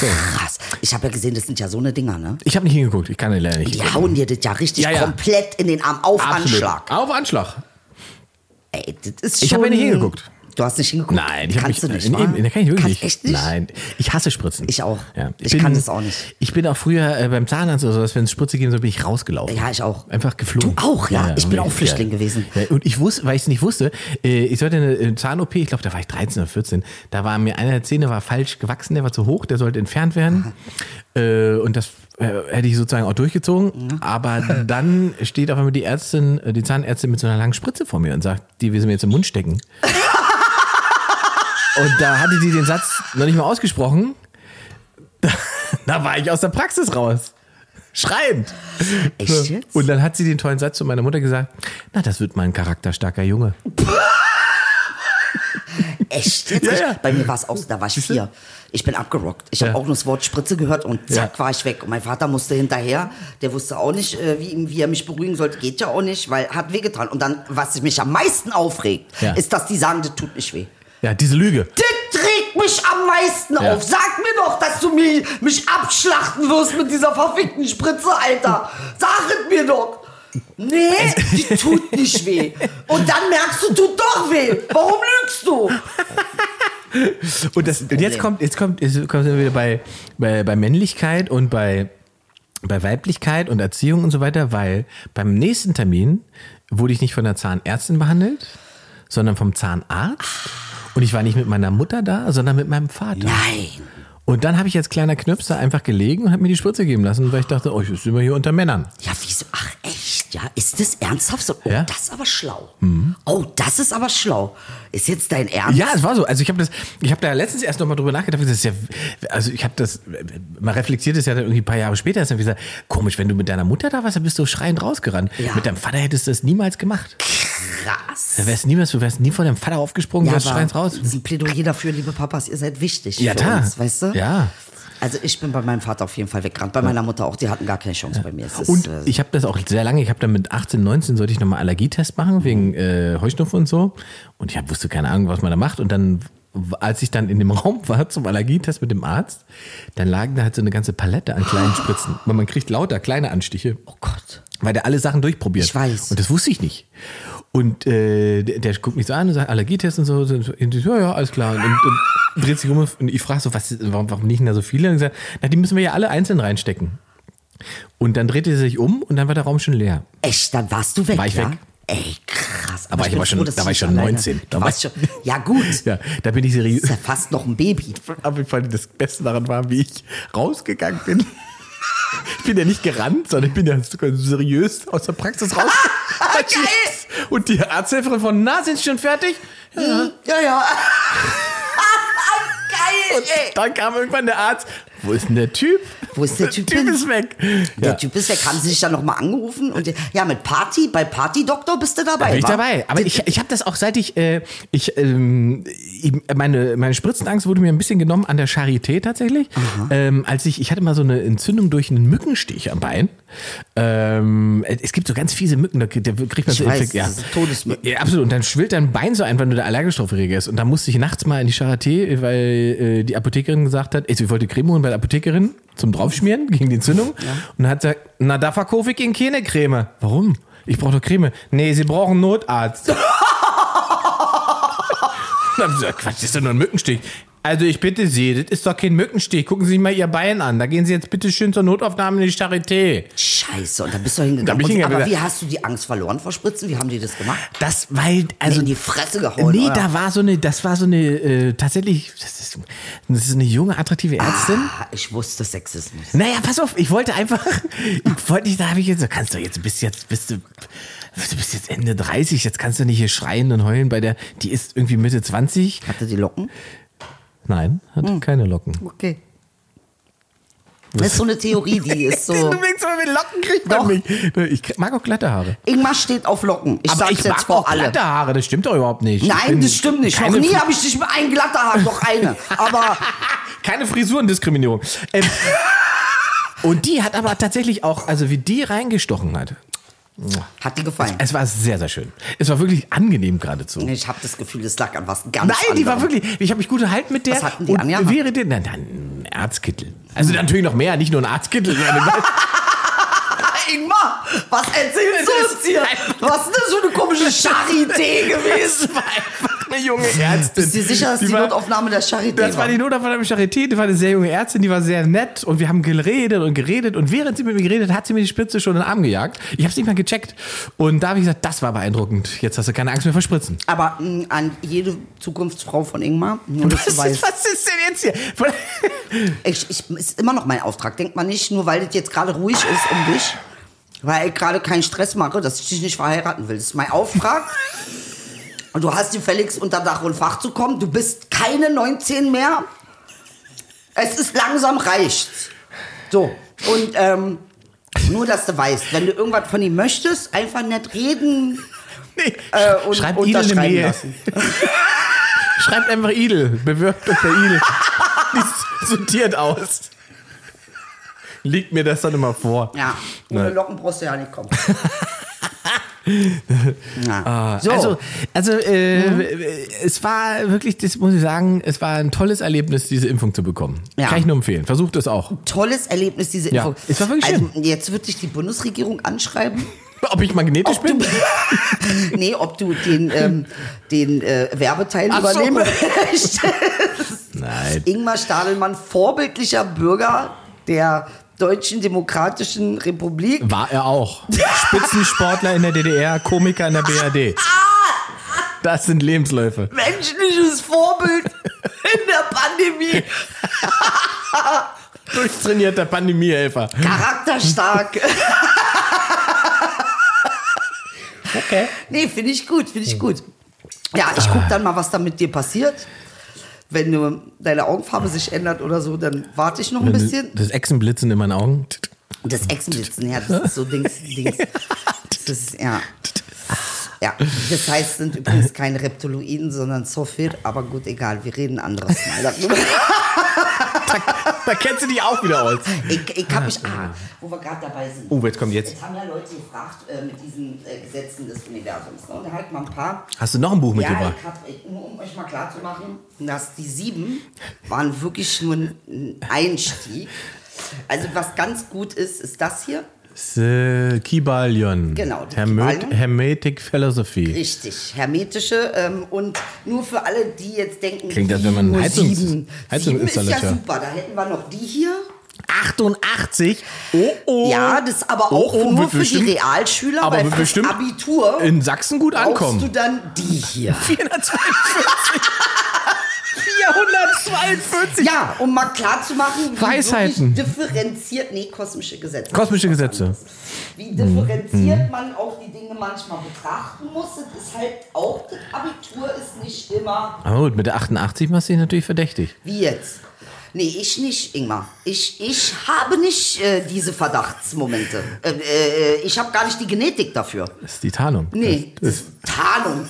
B: So.
D: Krass. Ich habe ja gesehen, das sind ja so eine Dinger, ne?
B: Ich habe nicht hingeguckt. Ich kann ja leider nicht.
D: Die hauen dir das ja richtig
B: Ja, ja.
D: komplett in den Arm auf
B: Absolut.
D: Anschlag.
B: Auf Anschlag.
D: Ey, das ist
B: Ich hab
D: schon-
B: ja nicht hingeguckt.
D: Du hast nicht hingeguckt?
B: Nein, ich hab
D: Kannst
B: mich,
D: du nicht,
B: Nee,
D: wa?
B: nee, kann ich wirklich nicht.
D: Kannst echt nicht?
B: Nein, ich hasse Spritzen.
D: Ich auch.
B: Ja,
D: Ich kann das auch nicht.
B: Ich bin auch früher äh, beim Zahnarzt oder sowas, wenn es Spritze geben soll, bin ich rausgelaufen.
D: Ja, ich auch.
B: Einfach geflogen.
D: Du auch, ja. Ich bin auch
B: wirklich,
D: Flüchtling gewesen.
B: Ja, und ich wusste, weil ich es nicht wusste, äh, ich sollte eine äh, Zahn-OP, ich glaube, da war ich 13 oder 14, da war mir einer der Zähne war falsch gewachsen, der war zu hoch, der sollte entfernt werden. Äh, und das äh, hätte ich sozusagen auch durchgezogen.
D: Mhm.
B: Aber dann steht auf einmal die Ärztin, äh, die Zahnärztin mit so einer langen Spritze vor mir und sagt, die will sie mir jetzt im Mund stecken. Und da hatte die den Satz noch nicht mal ausgesprochen. Da, da war ich aus der Praxis raus. Schreiend.
D: Echt jetzt?
B: Und dann hat sie den tollen Satz zu meiner Mutter gesagt: Na, das wird mal ein charakterstarker Junge.
D: Echt? Jetzt
B: Ja,
D: Ich-
B: ja.
D: Bei mir war es auch so, da war ich vier. Ich bin abgerockt. Ich habe auch nur das Wort Spritze gehört und zack
B: Ja.
D: war ich weg. Und mein Vater musste hinterher. Der wusste auch nicht, äh, wie, ihm- wie er mich beruhigen sollte. Geht ja auch nicht, weil hat wehgetan. Und dann, was mich am meisten aufregt,
B: Ja.
D: ist, dass die sagen, das tut nicht weh.
B: Ja, diese Lüge.
D: Das regt mich am meisten
B: Ja.
D: auf. Sag mir doch, dass du mich, mich abschlachten wirst mit dieser verfickten Spritze, Alter. Sag es mir doch. Nee, die tut nicht weh. Und dann merkst du, tut doch weh. Warum lügst du?
B: Und, das, und jetzt
D: Problem.
B: kommt, jetzt kommt, jetzt kommt wir wieder bei, bei, bei Männlichkeit und bei, bei Weiblichkeit und Erziehung und so weiter, weil beim nächsten Termin wurde ich nicht von der Zahnärztin behandelt, sondern vom Zahnarzt. Und ich war nicht mit meiner Mutter da, sondern mit meinem Vater.
D: Nein.
B: Und dann habe ich als kleiner Knöpser einfach gelegen und habe mir die Spritze geben lassen, weil ich dachte, oh, jetzt sind wir hier unter Männern.
D: Ja, wieso? Ach echt, ja? Ist das ernsthaft so? Oh,
B: Ja. Mhm.
D: das ist aber schlau. Oh, das ist aber schlau. Ist jetzt dein Ernst?
B: Ja, es war so. Also ich habe das, ich habe da letztens erst nochmal drüber nachgedacht. Das ist ja, also ich habe das, man reflektiert es ja dann irgendwie ein paar Jahre später. Ist dann wieder komisch, wenn du mit deiner Mutter da warst, dann bist du schreiend rausgerannt.
D: Ja.
B: Mit deinem Vater hättest du das niemals gemacht.
D: Krass.
B: Da wärst du niemals, du wärst nie von deinem Vater aufgesprungen, wärst
D: aber
B: schreiend raus.
D: Das ist ein Plädoyer dafür, liebe Papas, ihr seid wichtig
B: Ja,
D: für
B: da.
D: uns, weißt du?
B: Ja.
D: Also ich bin bei meinem Vater auf jeden Fall weggerannt, bei meiner Mutter auch, die hatten gar keine Chance bei mir. Es ist,
B: Und
D: äh,
B: ich habe das auch sehr lange, ich habe dann mit 18, 19 sollte ich nochmal Allergietest machen wegen äh, Heuschnupfen und so. Und ich hab, wusste keine Ahnung, was man da macht. Und dann, w- als ich dann in dem Raum war zum Allergietest mit dem Arzt, dann lagen da halt so eine ganze Palette an kleinen Spritzen. Weil man kriegt lauter kleine Anstiche.
D: oh Gott.
B: Weil der alle Sachen durchprobiert.
D: Ich weiß.
B: Und das wusste ich nicht. Und äh, der, der guckt mich so an und sagt, Allergietest und so. Und so, und so ja, ja, alles klar. Und, und, dreht sich rum und ich frage so, was, warum, warum liegen da so viele? Und sie sagt, na, die müssen wir ja alle einzeln reinstecken. Und dann drehte sie sich um und dann war der Raum schon leer.
D: Echt, dann warst du weg,
B: War ich
D: ja?
B: weg?
D: Ey, krass.
B: war ich
D: bin
B: aber schon-
D: froh, dass
B: da
D: du
B: war ich
D: nicht
B: schon
D: alleine-
B: 19.
D: Du warst schon, ja gut,
B: Ja, da bin ich
D: ist
B: seriös.
D: ja fast noch ein Baby.
B: Aber ich fand das Beste daran war, wie ich rausgegangen bin. Ich bin ja nicht gerannt, sondern ich bin ja sogar seriös aus der Praxis raus.
D: Geil!
B: Und die Arzthelferin von, na, sind Sie schon fertig?
D: Ja, ja. Geil, ey.
B: Dann kam irgendwann der Arzt. Wo ist denn der Typ?
D: Wo ist der Typ
B: Der Typ
D: hin?
B: ist weg.
D: Der
B: Ja.
D: Typ ist weg. Haben sie dich dann nochmal angerufen? Und ja, mit Party, bei Partydoktor bist du dabei.
B: Da bin ich
D: wa?
B: dabei. Aber ich, ich habe das auch seit ich, äh, ich ähm, eben, meine, meine Spritzenangst wurde mir ein bisschen genommen an der Charité tatsächlich. Ähm, als ich, ich hatte mal so eine Entzündung durch einen Mückenstich am Bein. Ähm, es gibt so ganz fiese Mücken, da, da kriegt man so
D: Ich weiß,
B: Infekt- ja.
D: das sind Todesmücken.
B: Ja, absolut. Und dann schwillt dein Bein so ein, wenn du da allergisch drauf reagierst. Und dann musste ich nachts mal in die Charité, weil äh, die Apothekerin gesagt hat, also ich wollte Creme holen bei der Apothekerin zum Draufschmieren gegen die Entzündung. Und dann hat sie gesagt, na, da verkaufe ich Ihnen keine Creme. Warum? Ich brauche doch Creme. Nee, Sie brauchen einen Notarzt. Und dann hab ich gesagt, Quatsch, das ist doch nur ein Mückenstich. Also ich bitte Sie, das ist doch kein Mückenstich. Gucken Sie sich mal Ihr Bein an. Da gehen Sie jetzt bitte schön zur Notaufnahme in die Charité.
D: Scheiße, und dann bist du hingegangen.
B: Da bin ich
D: Und-
B: hingegangen.
D: Aber wie hast du die Angst verloren vor Spritzen? Wie haben die das gemacht?
B: Das, weil, also
D: in die Fresse gehauen,
B: Nee,
D: oder?
B: da war so eine, das war so eine, äh, tatsächlich, das ist, das ist eine junge, attraktive Ärztin.
D: Ah, ich wusste Sexismus.
B: Naja, pass auf, ich wollte einfach, ich wollte nicht, da habe ich jetzt, so, kannst du jetzt, bist jetzt, bist du, du bist jetzt Ende 30, jetzt kannst du nicht hier schreien und heulen bei der, die ist irgendwie Mitte 20.
D: Hatte die Locken?
B: Nein, hat
D: Hm.
B: keine Locken.
D: Okay. Das ist so eine Theorie, die ist so.
B: winkst aber mit Locken kriegt
D: Doch.
B: mich. Ich mag auch glatte Haare.
D: Ingmar steht auf Locken. Ich
B: aber
D: sag's
B: ich mag
D: jetzt vor
B: auch
D: alle.
B: glatte Haare, das stimmt doch überhaupt nicht. Ich
D: Nein,
B: bin
D: das stimmt nicht. Noch
B: keine
D: nie
B: Fri-
D: habe ich dich mit einem glatter Haar, doch eine. Aber
B: Keine Frisurendiskriminierung. Ähm, und die hat aber tatsächlich auch, also wie die reingestochen hat,
D: hat dir gefallen.
B: es war sehr, sehr schön. Es war wirklich angenehm geradezu.
D: Ich habe das Gefühl, das lag an was ganz
B: also- Nein, die war
D: anderem.
B: wirklich, ich habe mich gut gehalten mit der.
D: Was hatten die an, ja?
B: und wäre denn, na, dann ein Arztkittel. Also natürlich noch mehr, nicht nur ein Arztkittel. sondern-
D: Ah, Ingmar, was erzählst du uns hier? Was ist denn so eine komische Charité gewesen?
B: Es war einfach eine junge Ärztin.
D: Bist du dir sicher, dass die,
B: war-
D: Notaufnahme der Charité
B: Das war die Notaufnahme der Charité, die war eine sehr junge Ärztin, die war sehr nett und wir haben geredet und geredet und während sie mit mir geredet hat, hat sie mir die Spitze schon in den Arm gejagt. Ich habe es nicht mal gecheckt und da habe ich gesagt, das war beeindruckend. Jetzt hast du keine Angst mehr vor Spritzen.
D: Aber mh, an jede Zukunftsfrau von Ingmar, nur dass du
B: Was ist,
D: weißt.
B: was ist denn jetzt hier?
D: Ich, ich, ist immer noch mein Auftrag. Denkt man nicht, nur weil das jetzt gerade ruhig ist um dich, weil ich gerade keinen Stress mache, dass ich dich nicht verheiraten will. Das ist mein Auftrag. Und du hast die Felix unter Dach und Fach zu kommen. Du bist keine 19 mehr. Es ist langsam reicht. So. Und ähm, nur, dass du weißt, wenn du irgendwas von ihm möchtest, einfach nett reden
B: Nee.
D: äh, und
B: Schreibt Idel eine
D: unterschreiben
B: Mail.
D: lassen.
B: Schreibt einfach Idel. Bewirbt euch bei Idel. Die sortiert aus. Liegt mir das dann immer vor.
D: Ja, ohne
B: Nein.
D: Locken brauchst du ja nicht kommen. Na.
B: So. Also, also äh, es war wirklich, das muss ich sagen, es war ein tolles Erlebnis, diese Impfung zu bekommen.
D: Ja.
B: Kann ich nur empfehlen. Versucht es auch.
D: tolles Erlebnis, diese
B: Ja,
D: Info.
B: es war wirklich
D: also, Jetzt wird dich die Bundesregierung anschreiben.
B: Ob ich magnetisch
D: Ob
B: bin?
D: du, nee, ob du den, ähm, den äh, Werbeteil
B: Ach so.
D: übernehmen
B: Nein.
D: Ingmar Stadelmann, vorbildlicher Bürger der Deutschen Demokratischen Republik.
B: War er auch. Spitzensportler in der DDR, Komiker in der BRD. Ah! Das sind Lebensläufe.
D: Menschliches Vorbild in der Pandemie.
B: Durchtrainierter Pandemiehelfer.
D: Charakterstark.
B: Okay.
D: Nee, finde ich gut, finde ich gut. Ja, ich gucke dann mal, was da mit dir passiert. Wenn du deine Augenfarbe sich ändert oder so, dann warte ich noch ein bisschen.
B: Das Echsenblitzen in meinen Augen.
D: Das Echsenblitzen, ja, das ist so Dings, Dings. Das ist, ja. Ja, das heißt, sind übrigens keine Reptiloiden, sondern Zophid, aber gut, egal, wir reden anderes Mal darüber.
B: Da kennst du dich auch wieder aus.
D: Ich, ich habe mich, ah, wo wir gerade dabei sind.
B: Oh, jetzt kommt jetzt.
D: Jetzt haben ja Leute gefragt äh, mit diesen äh, Gesetzen des Universums. Ne? Und da halt mal ein paar.
B: Hast du noch ein Buch
D: Ja,
B: mitgebracht?
D: ich hab, ich- nur um euch mal klarzumachen, dass die sieben waren wirklich nur ein Einstieg. Also was ganz gut ist, ist das hier.
B: The Kibalion.
D: Genau, die
B: Hermet
D: Kybalion.
B: Hermetic Philosophy.
D: Richtig, hermetische. Ähm, und nur für alle, die jetzt denken,
B: Klingt, als
D: wie,
B: wenn man einen
D: nur
B: Heizungs-
D: sieben. sieben ist
B: Heizungsinstallateur.
D: ja super. Da hätten wir noch die hier.
B: 88? Oh, oh.
D: Ja, das ist aber auch
B: Oh, oh,
D: nur
B: wird
D: für
B: bestimmt-
D: die Realschüler,
B: aber
D: weil
B: wird
D: fürs
B: bestimmt
D: Abitur
B: in Sachsen gut
D: brauchst
B: ankommen.
D: du dann die hier.
B: 442.
D: Ja, um mal klarzumachen, wie
B: Weisheiten.
D: wirklich differenziert, nee, kosmische Gesetze.
B: Kosmische Gesetze.
D: Wie differenziert man auch die Dinge manchmal betrachten muss, das ist halt auch, das Abitur ist nicht immer
B: Aber gut, mit der 88 machst du dich natürlich verdächtig.
D: wie jetzt. Nee, ich nicht, Ingmar. Ich, ich habe nicht äh, diese Verdachtsmomente. Äh, äh, ich habe gar nicht die Genetik dafür.
B: Das ist die Tarnung.
D: Nee,
B: Das ist
D: Tarnung.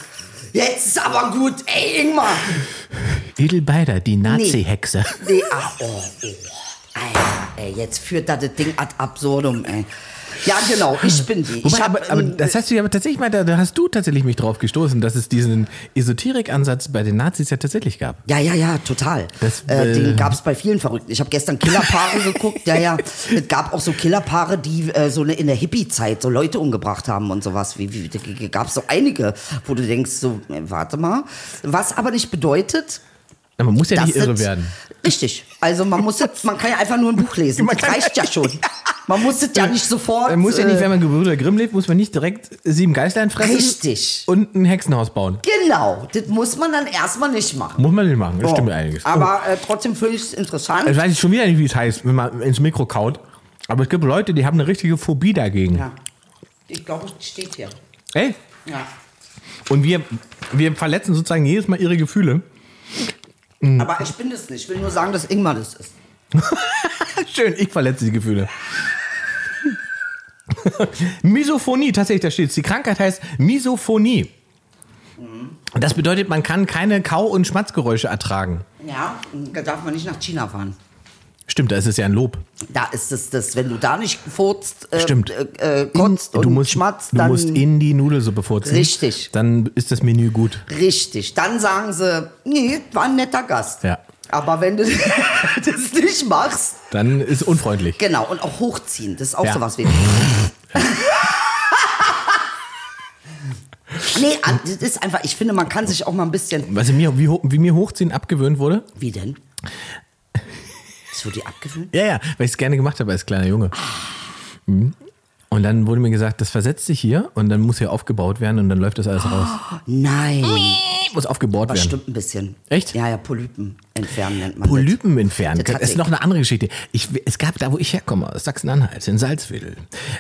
D: Jetzt ist aber gut. Ey, Ingmar.
B: Edel Beider, die Nazi-Hexe.
D: Nee, ah, oh, oh. Ey, ey, jetzt führt da das Ding ad absurdum, ey. Ja, genau, ich bin die.
B: Wobei,
D: ich hab,
B: aber, aber
D: ähm,
B: das hast du ja aber tatsächlich mal, da, da hast du tatsächlich mich drauf gestoßen, dass es diesen Esoterik-Ansatz bei den Nazis ja tatsächlich gab.
D: ja, ja, ja, total.
B: Das,
D: äh,
B: äh,
D: den gab es bei vielen Verrückten. Ich habe gestern Killerpaare geguckt. Ja, ja. Es gab auch so Killerpaare, die äh, so eine, in der Hippie-Zeit so Leute umgebracht haben und sowas. Wie, wie, da gab es so einige, wo du denkst, so, äh, warte mal. Was aber nicht bedeutet,
B: Na, Man muss ja nicht
D: Das
B: irre
D: ist-
B: werden.
D: Richtig. Also man muss jetzt, man kann ja einfach nur ein Buch lesen.
B: Man
D: Das
B: kann-
D: reicht ja schon. Man muss es ja nicht sofort.
B: Man muss ja
D: äh,
B: nicht, wenn man Gebrüder Grimm lebt, muss man nicht direkt sieben Geißlein fressen.
D: Richtig.
B: Und ein Hexenhaus bauen.
D: Genau, das muss man dann erstmal nicht machen.
B: Muss man nicht machen, das stimmt einiges. Also-
D: Aber äh, trotzdem höchst interessant.
B: Ich weiß ich schon wieder nicht, wie es heißt, wenn man ins Mikro kaut. Aber es gibt Leute, die haben eine richtige Phobie dagegen.
D: Ja. Ich glaube, es steht hier.
B: Ey,
D: Ja.
B: und wir, wir verletzen sozusagen jedes Mal ihre Gefühle. Mhm.
D: Aber ich bin das nicht. Ich will nur sagen, dass Ingmar das ist.
B: Schön, ich verletze die Gefühle. Misophonie, tatsächlich, da steht Die Krankheit heißt Misophonie.
D: Mhm.
B: Und Das bedeutet, man kann keine Kau- und Schmatzgeräusche ertragen.
D: Ja, da darf man nicht nach China fahren.
B: Stimmt, da ist es ja ein Lob.
D: Da ist es das, wenn du da nicht furzt, äh,
B: Stimmt.
D: äh, äh, kotzt
B: In-
D: und
B: du musst,
D: schmatzt,
B: du
D: dann
B: musst in die Nudelsuppe furzen.
D: Richtig.
B: Dann ist das Menü gut.
D: Richtig. Dann sagen sie, nee, war ein netter Gast.
B: Ja.
D: Aber wenn du das nicht machst,
B: Dann ist unfreundlich.
D: genau, und auch hochziehen, das ist auch
B: Ja.
D: sowas wie. nee, an- das ist einfach, ich finde, man kann sich auch mal ein bisschen.
B: Weißt du, mir, wie, ho- wie mir Hochziehen abgewöhnt wurde?
D: Wie denn? Das wurde dir abgewöhnt?
B: Ja, ja, weil ich es gerne gemacht habe als kleiner Junge. Mhm. Und dann wurde mir gesagt, das versetzt sich hier und dann muss hier aufgebaut werden und dann läuft das alles raus.
D: Ah. Nein.
B: Muss aufgebaut
D: Das
B: werden.
D: stimmt ein bisschen.
B: Hm. Echt?
D: Ja, ja, Polypen entfernen nennt man
B: Polypen entfernen
D: Das
B: können.
D: hatte
B: Das ist
D: ich.
B: noch eine andere Geschichte. Ich, es gab da, wo ich herkomme, aus Sachsen-Anhalt, in Salzwedel,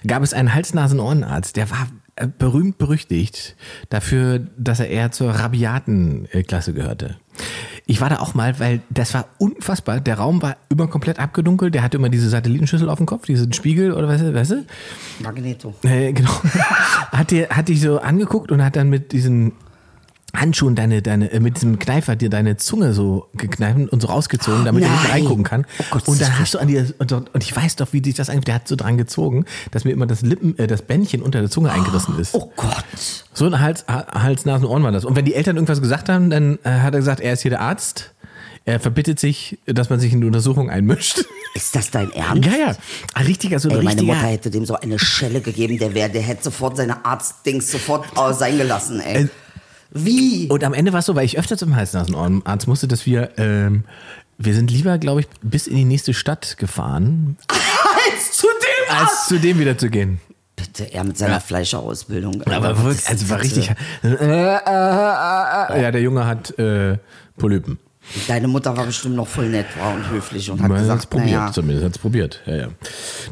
B: gab es einen Hals-Nasen-Ohrenarzt, der war äh, berühmt berüchtigt dafür, dass er eher zur rabiaten äh, Klasse gehörte. Ich war da auch mal, weil das war unfassbar. Der Raum war immer komplett abgedunkelt. Der hatte immer diese Satellitenschüssel auf dem Kopf, diesen Spiegel oder was, weißt du?
D: das. Magneto.
B: Äh, genau. hat, dir, hat dich so angeguckt und hat dann mit diesen Handschuhen deine, deine, äh, mit diesem Kneifer dir deine Zunge so gekneifen und so rausgezogen, damit er nicht
D: Oh, Nein.
B: reingucken kann.
D: Oh Gott,
B: und
D: das
B: dann
D: ist
B: hast du an dir, und, so- und ich weiß doch, wie dich das eigentlich, der hat so dran gezogen, dass mir immer das Lippen, äh, das Bändchen unter der Zunge eingerissen ist.
D: Oh Gott.
B: So ein Hals, Ha- Hals, Nasen, Ohren war das. Und wenn die Eltern irgendwas gesagt haben, dann äh, hat er gesagt, er ist hier der Arzt. Er verbittet sich, dass man sich in die Untersuchung einmischt.
D: Ist das dein Ernst?
B: ja, ja. Ein Richtiger, so ein
D: Ey, meine
B: richtiger.
D: Mutter hätte dem so eine Schelle gegeben, der wäre, der hätte sofort seine Arztdings sofort äh, sein gelassen, ey. Wie?
B: Und am Ende war es so, weil ich öfter zum Hals-Nasen-Ohrenarzt musste, dass wir, ähm, wir sind lieber, glaube ich, bis in die nächste Stadt gefahren,
D: Als zu dem Arzt?
B: als zu dem wieder zu gehen.
D: Bitte, er mit seiner Fleischerausbildung.
B: Aber
D: Alter,
B: wirklich,
D: das-
B: also war
D: das-
B: richtig. Äh, äh, äh, äh, äh. Ja, der Junge hat äh, Polypen.
D: Deine Mutter war bestimmt noch voll nett, war und höflich und hat
B: Man hat es
D: gesagt,
B: probiert,
D: naja,
B: zumindest hat es probiert. Ja, ja.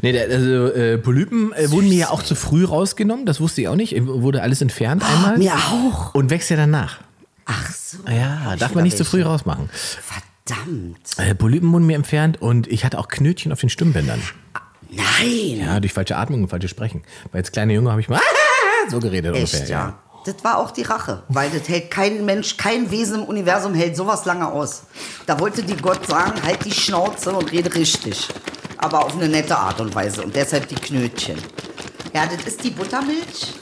B: Nee, der, also äh, Polypen äh, wurden mir ja auch zu früh rausgenommen, das wusste ich auch nicht. Wurde alles entfernt einmal.
D: Ah, mir auch.
B: Und wächst ja danach.
D: ach so.
B: Ja, darf man nicht zu früh rausmachen.
D: Verdammt.
B: Äh, Polypen wurden mir entfernt und ich hatte auch Knötchen auf den Stimmbändern.
D: Nein.
B: Ja, durch falsche Atmung und falsche Sprechen. Weil als kleiner Junge habe ich mal so geredet
D: Echt,
B: ungefähr.
D: ja. Das war auch die Rache, weil das hält kein Mensch, kein Wesen im Universum hält sowas lange aus. Da wollte die Gott sagen, halt die Schnauze und rede richtig. Aber auf eine nette Art und Weise und deshalb die Knötchen. Ja, das ist die Buttermilch.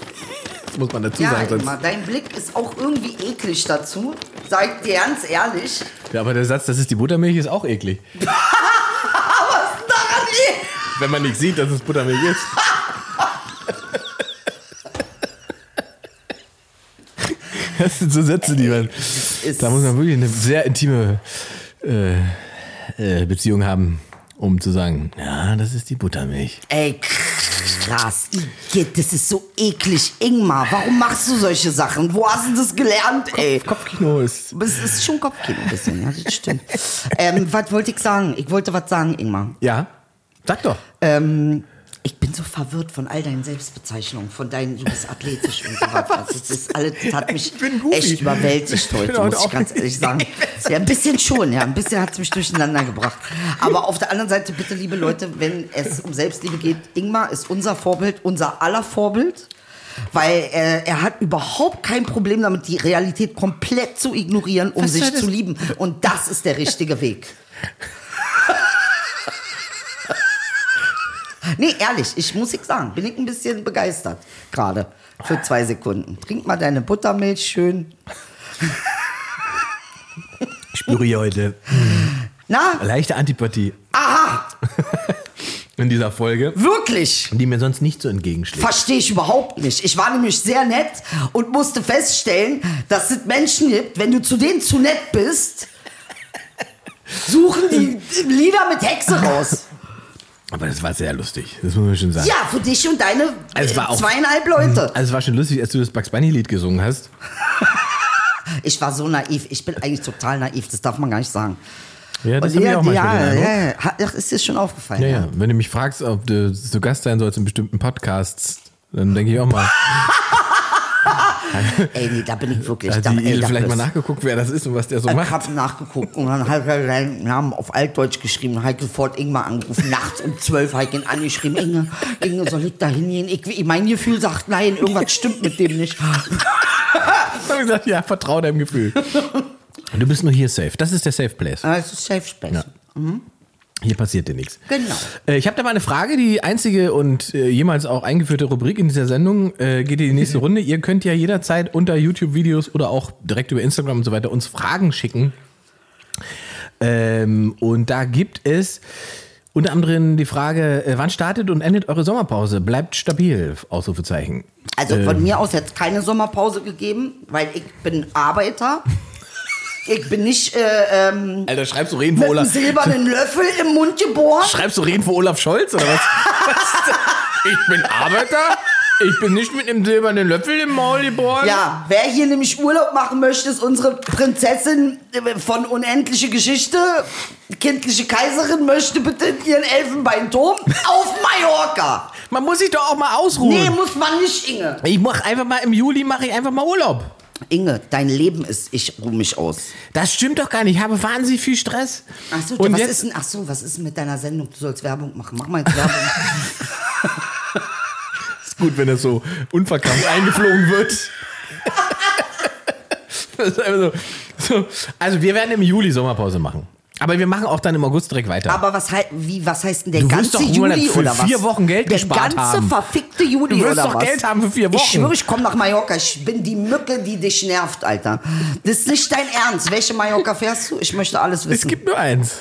B: Das muss man dazu
D: Ja,
B: sagen. Sonst,
D: Ingmar, dein Blick ist auch irgendwie eklig dazu. Sag ich dir ganz ehrlich.
B: ja, aber der Satz, das ist die Buttermilch, ist auch eklig.
D: Daran eh.
B: Wenn man nicht sieht, dass es Buttermilch ist. Das sind so Sätze, die man.
D: ist-
B: Da muss man wirklich eine sehr intime äh, äh, Beziehung haben, um zu sagen, ja, das ist die Buttermilch.
D: Ey, krass. Igitt, das ist so eklig. Ingmar, warum machst du solche Sachen? Wo hast du das gelernt, ey?
B: Kopfkino ist.
D: Es ist schon Kopfkino ein bisschen, ja, das stimmt. ähm, was wollte ich sagen? Ich wollte was sagen, Ingmar.
B: Ja, sag doch.
D: Ähm, ich bin so verwirrt von all deinen Selbstbezeichnungen, von deinen, du bist athletisch und so was. Also, das, ist alles, das hat mich
B: Ich bin Goofy.
D: echt überwältigt
B: Ich bin
D: heute,
B: heute
D: muss ich
B: auch
D: ganz
B: nicht-
D: ehrlich sagen.
B: Ich weiß
D: Ja, ein bisschen schon, ja, ein bisschen hat es mich durcheinander gebracht. Aber auf der anderen Seite, bitte, liebe Leute, wenn es um Selbstliebe geht, Ingmar ist unser Vorbild, unser aller Vorbild. Weil äh, er hat überhaupt kein Problem damit, die Realität komplett zu ignorieren, um
B: Was soll
D: sich
B: das-
D: zu lieben. Und das ist der richtige Weg. Nee, ehrlich, ich muss ich sagen, bin ich ein bisschen begeistert gerade für zwei Sekunden. Trink mal deine Buttermilch schön.
B: Ich spüre hier heute
D: Na,
B: leichte Antipathie. Aha! In dieser Folge,
D: wirklich?
B: die mir sonst nicht so entgegenschlägt.
D: Verstehe ich überhaupt nicht. Ich war nämlich sehr nett und musste feststellen, dass es Menschen gibt, wenn du zu denen zu nett bist, suchen die Lieder mit Hexe raus.
B: Aber das war sehr lustig, das muss man schon sagen.
D: Ja, für dich und deine
B: Also es war auch-
D: zweieinhalb Leute.
B: Also es war schon lustig, als du das Bugs Bunny Lied gesungen hast. Mhm.
D: Ich war so naiv. Ich bin eigentlich total naiv. Das darf man gar nicht sagen.
B: Ja, das
D: Und
B: haben wir auch manchmal den
D: ja,
B: Eindruck.
D: ja, ja. Ach, ist dir schon aufgefallen.
B: Ja, ja. Wenn du mich fragst, ob du so Gast sein sollst in bestimmten Podcasts, dann denke ich auch mal,
D: Ey, nee, da bin ich wirklich.
B: da hat
D: da,
B: die
D: ey,
B: Edel
D: da
B: vielleicht mal
D: bist-
B: nachgeguckt, wer das ist und was der so
D: Ich
B: macht.
D: hab nachgeguckt und dann hat er seinen Namen auf Altdeutsch geschrieben. Heike Ford Ingmar angerufen. Nachts um zwölf Heike ihn angeschrieben. Inge, Inge, soll ich da hingehen? Ich, ich- mein Gefühl sagt nein, irgendwas stimmt mit dem nicht.
B: Ich habe gesagt, ja, vertrau deinem Gefühl. Und du bist nur hier safe. Das ist der Safe Place.
D: Aber Es ist safe space.
B: Ja. Hier passiert dir nichts.
D: Genau.
B: Äh, ich habe da mal eine Frage, die einzige und äh, jemals auch eingeführte Rubrik in dieser Sendung äh, geht in die nächste Runde. Ihr könnt ja jederzeit unter YouTube-Videos oder auch direkt über Instagram und so weiter uns Fragen schicken. Ähm, und da gibt es unter anderem die Frage, äh, wann startet und endet eure Sommerpause? Bleibt stabil, Ausrufezeichen.
D: Also von mir aus hätte es keine Sommerpause gegeben, weil ich bin Arbeiter. Ich bin nicht äh, ähm,
B: Alter, schreibst du Reden
D: mit einem silbernen Löffel im Mund geboren.
B: Schreibst du Reden für Olaf Scholz oder was? was? Ich bin Arbeiter. Ich bin nicht mit einem silbernen Löffel im Maul geboren.
D: Ja, wer hier nämlich Urlaub machen möchte, ist unsere Prinzessin äh, von Unendliche Geschichte. Kindliche Kaiserin möchte bitte in ihren Elfenbeinturm auf Mallorca.
B: Man muss sich doch auch mal
D: Nee,
B: ausruhen.
D: muss man nicht, Inge.
B: ich mach einfach mal im Juli mache ich einfach mal Urlaub.
D: Inge, dein Leben ist, ich ruh mich aus.
B: Das stimmt doch gar nicht. Ich habe wahnsinnig viel Stress.
D: Ach so,
B: Und
D: was
B: jetzt-
D: ist denn, ach so, was ist denn mit deiner Sendung? Du sollst Werbung machen. Mach mal jetzt Werbung.
B: Ist gut, wenn das so unverkrampft eingeflogen wird. Das ist einfach so. So. Also wir werden im Juli Sommerpause machen. Aber wir machen auch dann im August direkt weiter.
D: Aber was, hei- wie, was heißt denn der
B: Du wirst
D: ganze
B: doch nur
D: Juli
B: für
D: oder was?
B: vier Wochen Geld
D: der
B: gespart
D: ganze
B: haben.
D: verfickte Juli
B: Du wirst
D: oder
B: doch
D: was?
B: Geld haben für vier Wochen.
D: Ich schwöre, ich komme nach Mallorca. Ich bin die Mücke, die dich nervt, Alter. Das ist nicht dein Ernst. Welche Mallorca fährst du? Ich möchte alles
B: es
D: wissen.
B: gibt nur eins.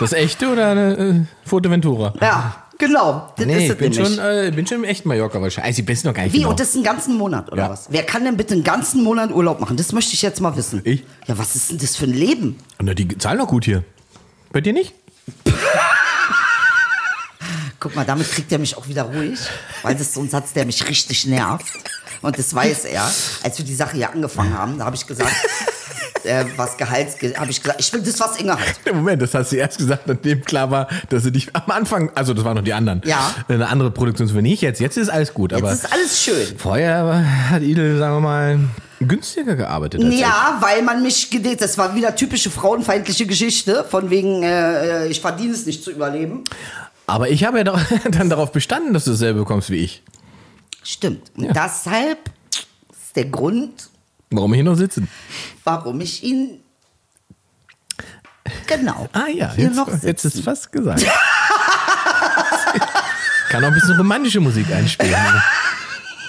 B: Das echte oder eine äh, Fotoventura?
D: ja, genau. Das
B: Nee,
D: ist
B: ich
D: es
B: bin
D: nämlich.
B: schon, äh, ich bin schon im echten Mallorca wahrscheinlich. Also ich bin es noch gar nicht
D: Wie,
B: genau.
D: und das ist einen ganzen Monat, oder
B: Ja.
D: was? Wer kann denn bitte einen ganzen Monat Urlaub machen? Das möchte ich jetzt mal wissen.
B: Ich?
D: Ja, was ist denn das für ein Leben?
B: Na, die zahlen doch gut hier. Bei dir nicht?
D: Guck mal, damit kriegt er mich auch wieder ruhig, weil das ist so ein Satz, der mich richtig nervt. Und das weiß er. Als wir die Sache hier angefangen haben, da habe ich gesagt, äh, was Gehalts, habe ich gesagt, ich will das, was Inge hat.
B: Moment, das hast du erst gesagt, nachdem klar war, dass sie dich am Anfang, also das waren noch die anderen.
D: Ja.
B: Eine andere Produktionsfirma. Nicht jetzt, jetzt ist alles gut,
D: Jetzt
B: aber
D: ist alles schön.
B: vorher war- hat Idel, sagen wir mal, günstiger gearbeitet. als ich.
D: Ja, weil man mich gedehnt, das war wieder typische frauenfeindliche Geschichte, von wegen, äh, ich verdiene es nicht zu überleben.
B: Aber ich habe ja doch, dann darauf bestanden, dass du dasselbe bekommst wie ich.
D: Stimmt. Und
B: Ja.
D: deshalb ist der Grund,
B: Warum wir hier noch sitzen.
D: warum ich ihn, genau,
B: Ah ja,
D: hier
B: jetzt,
D: noch sitze.
B: jetzt ist fast gesagt. Kann auch ein bisschen romantische Musik einspielen.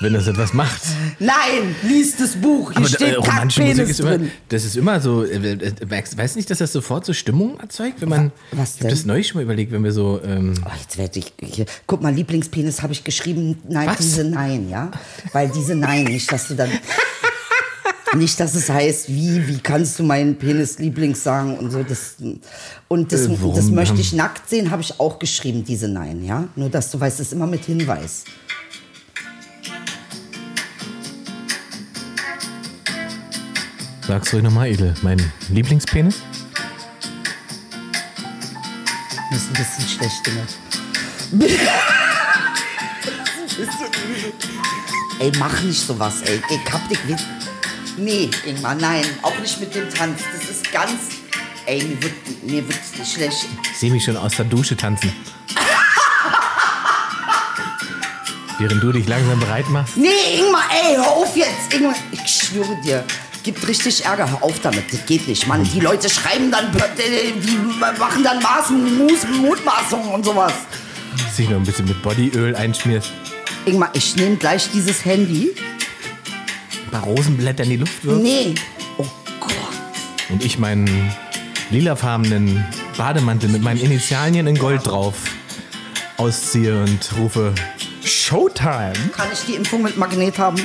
B: wenn das etwas macht.
D: Nein, lies das Buch. Hier
B: Aber äh,
D: steht
B: romantische Musik
D: Kackpenis
B: ist immer,
D: drin.
B: das ist immer so, äh, äh, merkst, weißt du nicht, dass das sofort so Stimmung erzeugt, wenn man,
D: Was
B: ich habe das
D: denn?
B: neulich schon mal überlegt, wenn wir so, ähm,
D: Oh, jetzt werde ich, hier. guck mal, Lieblingspenis habe ich geschrieben, nein,
B: Was?
D: diese nein, ja? Weil diese nein, nicht, dass du dann, nicht, dass es heißt, wie, wie kannst du meinen Penis Lieblings sagen und so, das, und das,
B: Äh, warum
D: das möchte ich
B: haben-
D: nackt sehen, habe ich auch geschrieben, diese nein, ja? Nur, dass du weißt, es ist immer mit Hinweis.
B: sag's ruhig nochmal, Edel, mein Lieblingspenis?
D: Das ist ein bisschen schlecht, ne? Das ist ein bisschen- ey, mach nicht sowas, ey. Ich hab dich mit. Nee, Ingmar, nein. Auch nicht mit dem Tanz. Das ist ganz. Ey, mir wird, mir wird schlecht.
B: Ich sehe mich schon aus der Dusche tanzen. Während du dich langsam bereit machst.
D: Nee, Ingmar, ey, hör auf jetzt. Ingmar, ich schwöre dir. Gibt richtig Ärger, hör auf damit, das geht nicht, Mann. Die Leute schreiben dann, äh, die machen dann Maßen, Mus- Mutmaßungen und sowas.
B: sich noch ein bisschen mit Bodyöl einschmierst,
D: Ingmar, ich nehme gleich dieses Handy.
B: ein paar Rosenblätter in die Luft wirfst
D: Nee. Oh Gott.
B: und ich meinen lilafarbenen Bademantel mit meinen Initialien in Gold drauf ausziehe und rufe Showtime.
D: Kann ich die Impfung mit Magnet haben?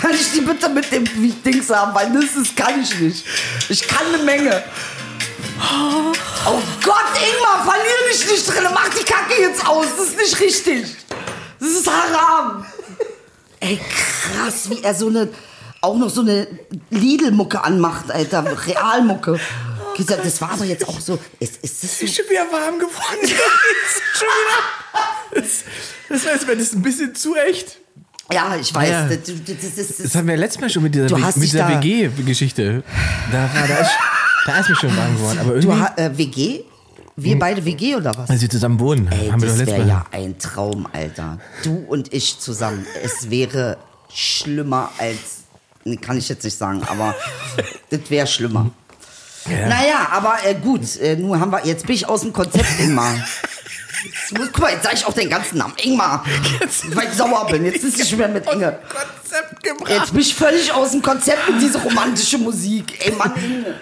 D: Kann ich die bitte mit dem Dings haben? Weil das ist, kann ich nicht. Ich kann eine Menge. Oh Gott, Ingmar, verliere dich nicht drin. Mach die Kacke jetzt aus. Das ist nicht richtig. Das ist haram. Ey, krass, wie er so eine, auch noch so eine Lidl-Mucke anmacht, Alter. Realmucke. Das war aber jetzt auch so. Ist, ist das so?
B: Schon wieder warm geworden. schon wieder. Das, das heißt, wenn es ein bisschen zu echt.
D: Ja, ich weiß.
B: Ja.
D: Das, das, das, das,
B: Das haben wir letztes Mal schon mit dieser,
D: Du
B: W-
D: hast
B: mit
D: dich
B: dieser
D: da-
B: WG-Geschichte. Da, war- da, ist, da ist mir schon warm geworden. Aber
D: Du,
B: irgendwie,
D: ha- äh, WG?
B: Hm.
D: Wir beide WG oder was?
B: als wir zusammen wohnen,
D: Ey,
B: haben wir doch letztes
D: das wäre
B: Mal.
D: ja ein Traum, Alter. Du und ich zusammen. Es wäre schlimmer als. Nee, kann ich jetzt nicht sagen, aber das wäre schlimmer.
B: Ja.
D: Naja, aber äh, gut, äh, nun haben wir. Jetzt bin ich aus dem Konzept, Ingmar. Jetzt muss- Guck mal, jetzt sage ich auch den ganzen Namen. Ingmar. Weil ich sauer bin. Jetzt ist es schon wieder mit Inge.
B: Konzept gebracht.
D: Jetzt bin ich völlig aus dem Konzept mit dieser romantischen Musik. Ey, Mann, Inge.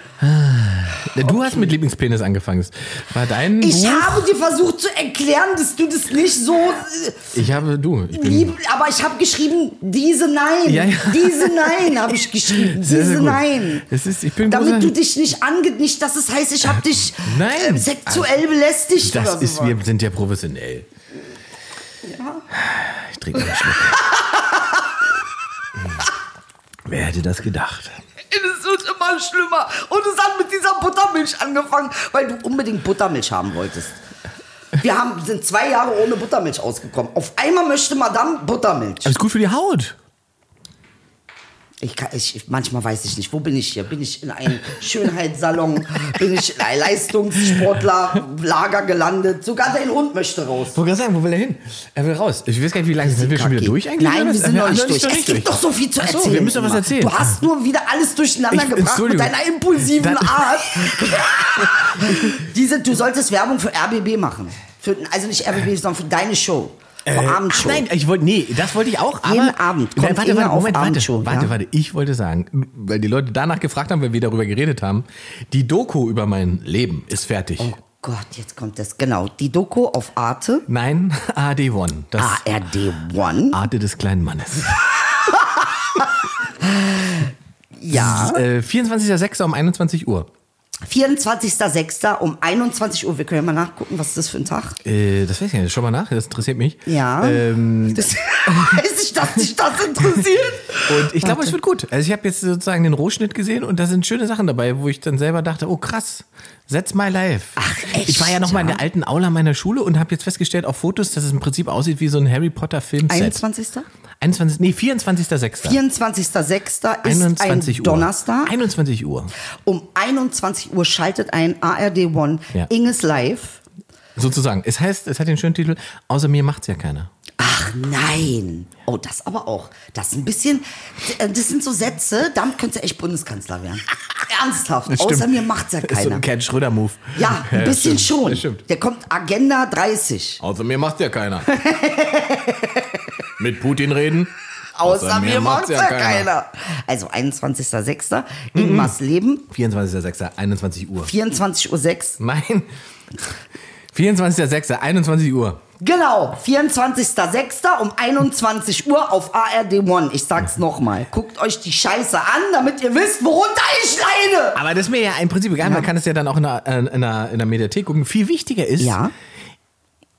B: Du hast mit Lieblingspenis angefangen. Das War dein
D: Ich
B: Buch?
D: habe dir versucht zu erklären, dass du das nicht so äh,
B: Ich habe du. Ich bin
D: lieb, aber ich habe geschrieben, diese Nein,
B: Ja, ja.
D: diese Nein habe ich geschrieben,
B: Sehr, sehr
D: diese
B: gut.
D: Nein.
B: Es ist, ich bin
D: Damit
B: großer-
D: du dich nicht ange... nicht, dass es heißt, ich habe dich
B: Nein.
D: äh, sexuell belästigt
B: Das
D: oder
B: ist,
D: sowas.
B: wir sind ja professionell. Ich trinke einen Schluck. Wer hätte das gedacht?
D: Es wird immer schlimmer. Und es hat mit dieser Buttermilch angefangen, weil du unbedingt Buttermilch haben wolltest. Wir haben, sind zwei Jahre ohne Buttermilch ausgekommen. Auf einmal möchte Madame Buttermilch.
B: ist gut für die Haut.
D: Ich kann, ich, manchmal weiß ich nicht, wo bin ich hier? Bin ich in einem Schönheitssalon? bin ich in einem Leistungssportlerlager gelandet? Sogar dein Hund möchte raus.
B: Ich wollte gerade sagen, wo will er hin? Er will raus. Ich weiß gar nicht, wie lange sind wir schon wieder
D: Kacke.
B: durch eigentlich?
D: Nein,
B: oder?
D: wir sind
B: Ach,
D: noch
B: wir
D: nicht
B: sind
D: durch. Es gibt doch so viel zu
B: Ach so,
D: erzählen.
B: wir müssen doch was
D: Ingmar.
B: erzählen.
D: Du hast nur wieder alles durcheinander
B: Ich-
D: gebracht mit
B: Entschuldigung.
D: deiner impulsiven
B: Dann-
D: Art. Diese, du solltest Werbung für RBB machen. Für, also nicht RBB, sondern für deine Show. Für
B: Äh, Ach
D: Abendshow.
B: nein, ich wollte, nee, das wollte ich auch, aber...
D: Jeden Abend kommt
B: Nein, warte,
D: Inge
B: warte,
D: auf
B: Moment, warte,
D: Abendshow,
B: warte,
D: ja?
B: warte, ich wollte sagen, weil die Leute danach gefragt haben, weil wir darüber geredet haben, die Doku über mein Leben ist fertig.
D: Oh Gott, jetzt kommt das. Genau, die Doku auf Arte.
B: Nein, AD1, das
D: ARD One.
B: Arte des kleinen Mannes.
D: Ja.
B: Äh, 24.06. um 21 Uhr.
D: 24.06. um 21 Uhr. Wir können ja mal nachgucken, was ist das für ein Tag?
B: Äh, das weiß ich nicht, schau mal nach, das interessiert mich.
D: Ja.
B: Ähm,
D: Das weiß ich, dass dich das interessiert.
B: und ich glaube, es wird gut. Also ich habe jetzt sozusagen den Rohschnitt gesehen und da sind schöne Sachen dabei, wo ich dann selber dachte, oh krass, that's my life.
D: Ach, echt,
B: Ich war ja noch mal in
D: ja?
B: der alten Aula meiner Schule und habe jetzt festgestellt auf Fotos, dass es im Prinzip aussieht wie so ein Harry Potter Filmset.
D: 21.
B: 21 nee, 24.06.
D: 24.06. ist
B: 21
D: ein
B: Uhr.
D: Donnerstag.
B: 21 Uhr.
D: Um 21 Uhr schaltet ein ARD One
B: Ja.
D: Inges Live.
B: Sozusagen. Es heißt, es hat den schönen Titel, außer mir macht's ja keiner.
D: Ach nein. Oh, das aber auch. Das ist ein bisschen, äh, das sind so Sätze, damit könntest du echt Bundeskanzler werden. Ernsthaft. Außer mir macht's ja
B: Das ist so
D: keiner.
B: ein Ken Schröder-Move.
D: Ja, ein bisschen
B: stimmt.
D: schon.
B: Das stimmt.
D: Der kommt Agenda 30.
B: Außer mir macht ja keiner. Mit Putin reden?
D: Außer mir macht's ja
B: keiner. Mhm.
D: keiner. Also 21.06. Ingmars Leben,
B: 24.06. 21 Uhr.
D: 24.06 Uhr.
B: Nein. 24.06. 21 Uhr.
D: Genau, 24.06. um 21 Uhr auf ARD One. Ich sag's nochmal. Guckt euch die Scheiße an, damit ihr wisst, worunter ich leide.
B: Aber das ist mir ja im Prinzip egal. Man kann es ja dann auch in der, äh, in der, in der Mediathek gucken. Viel wichtiger ist,
D: Ja.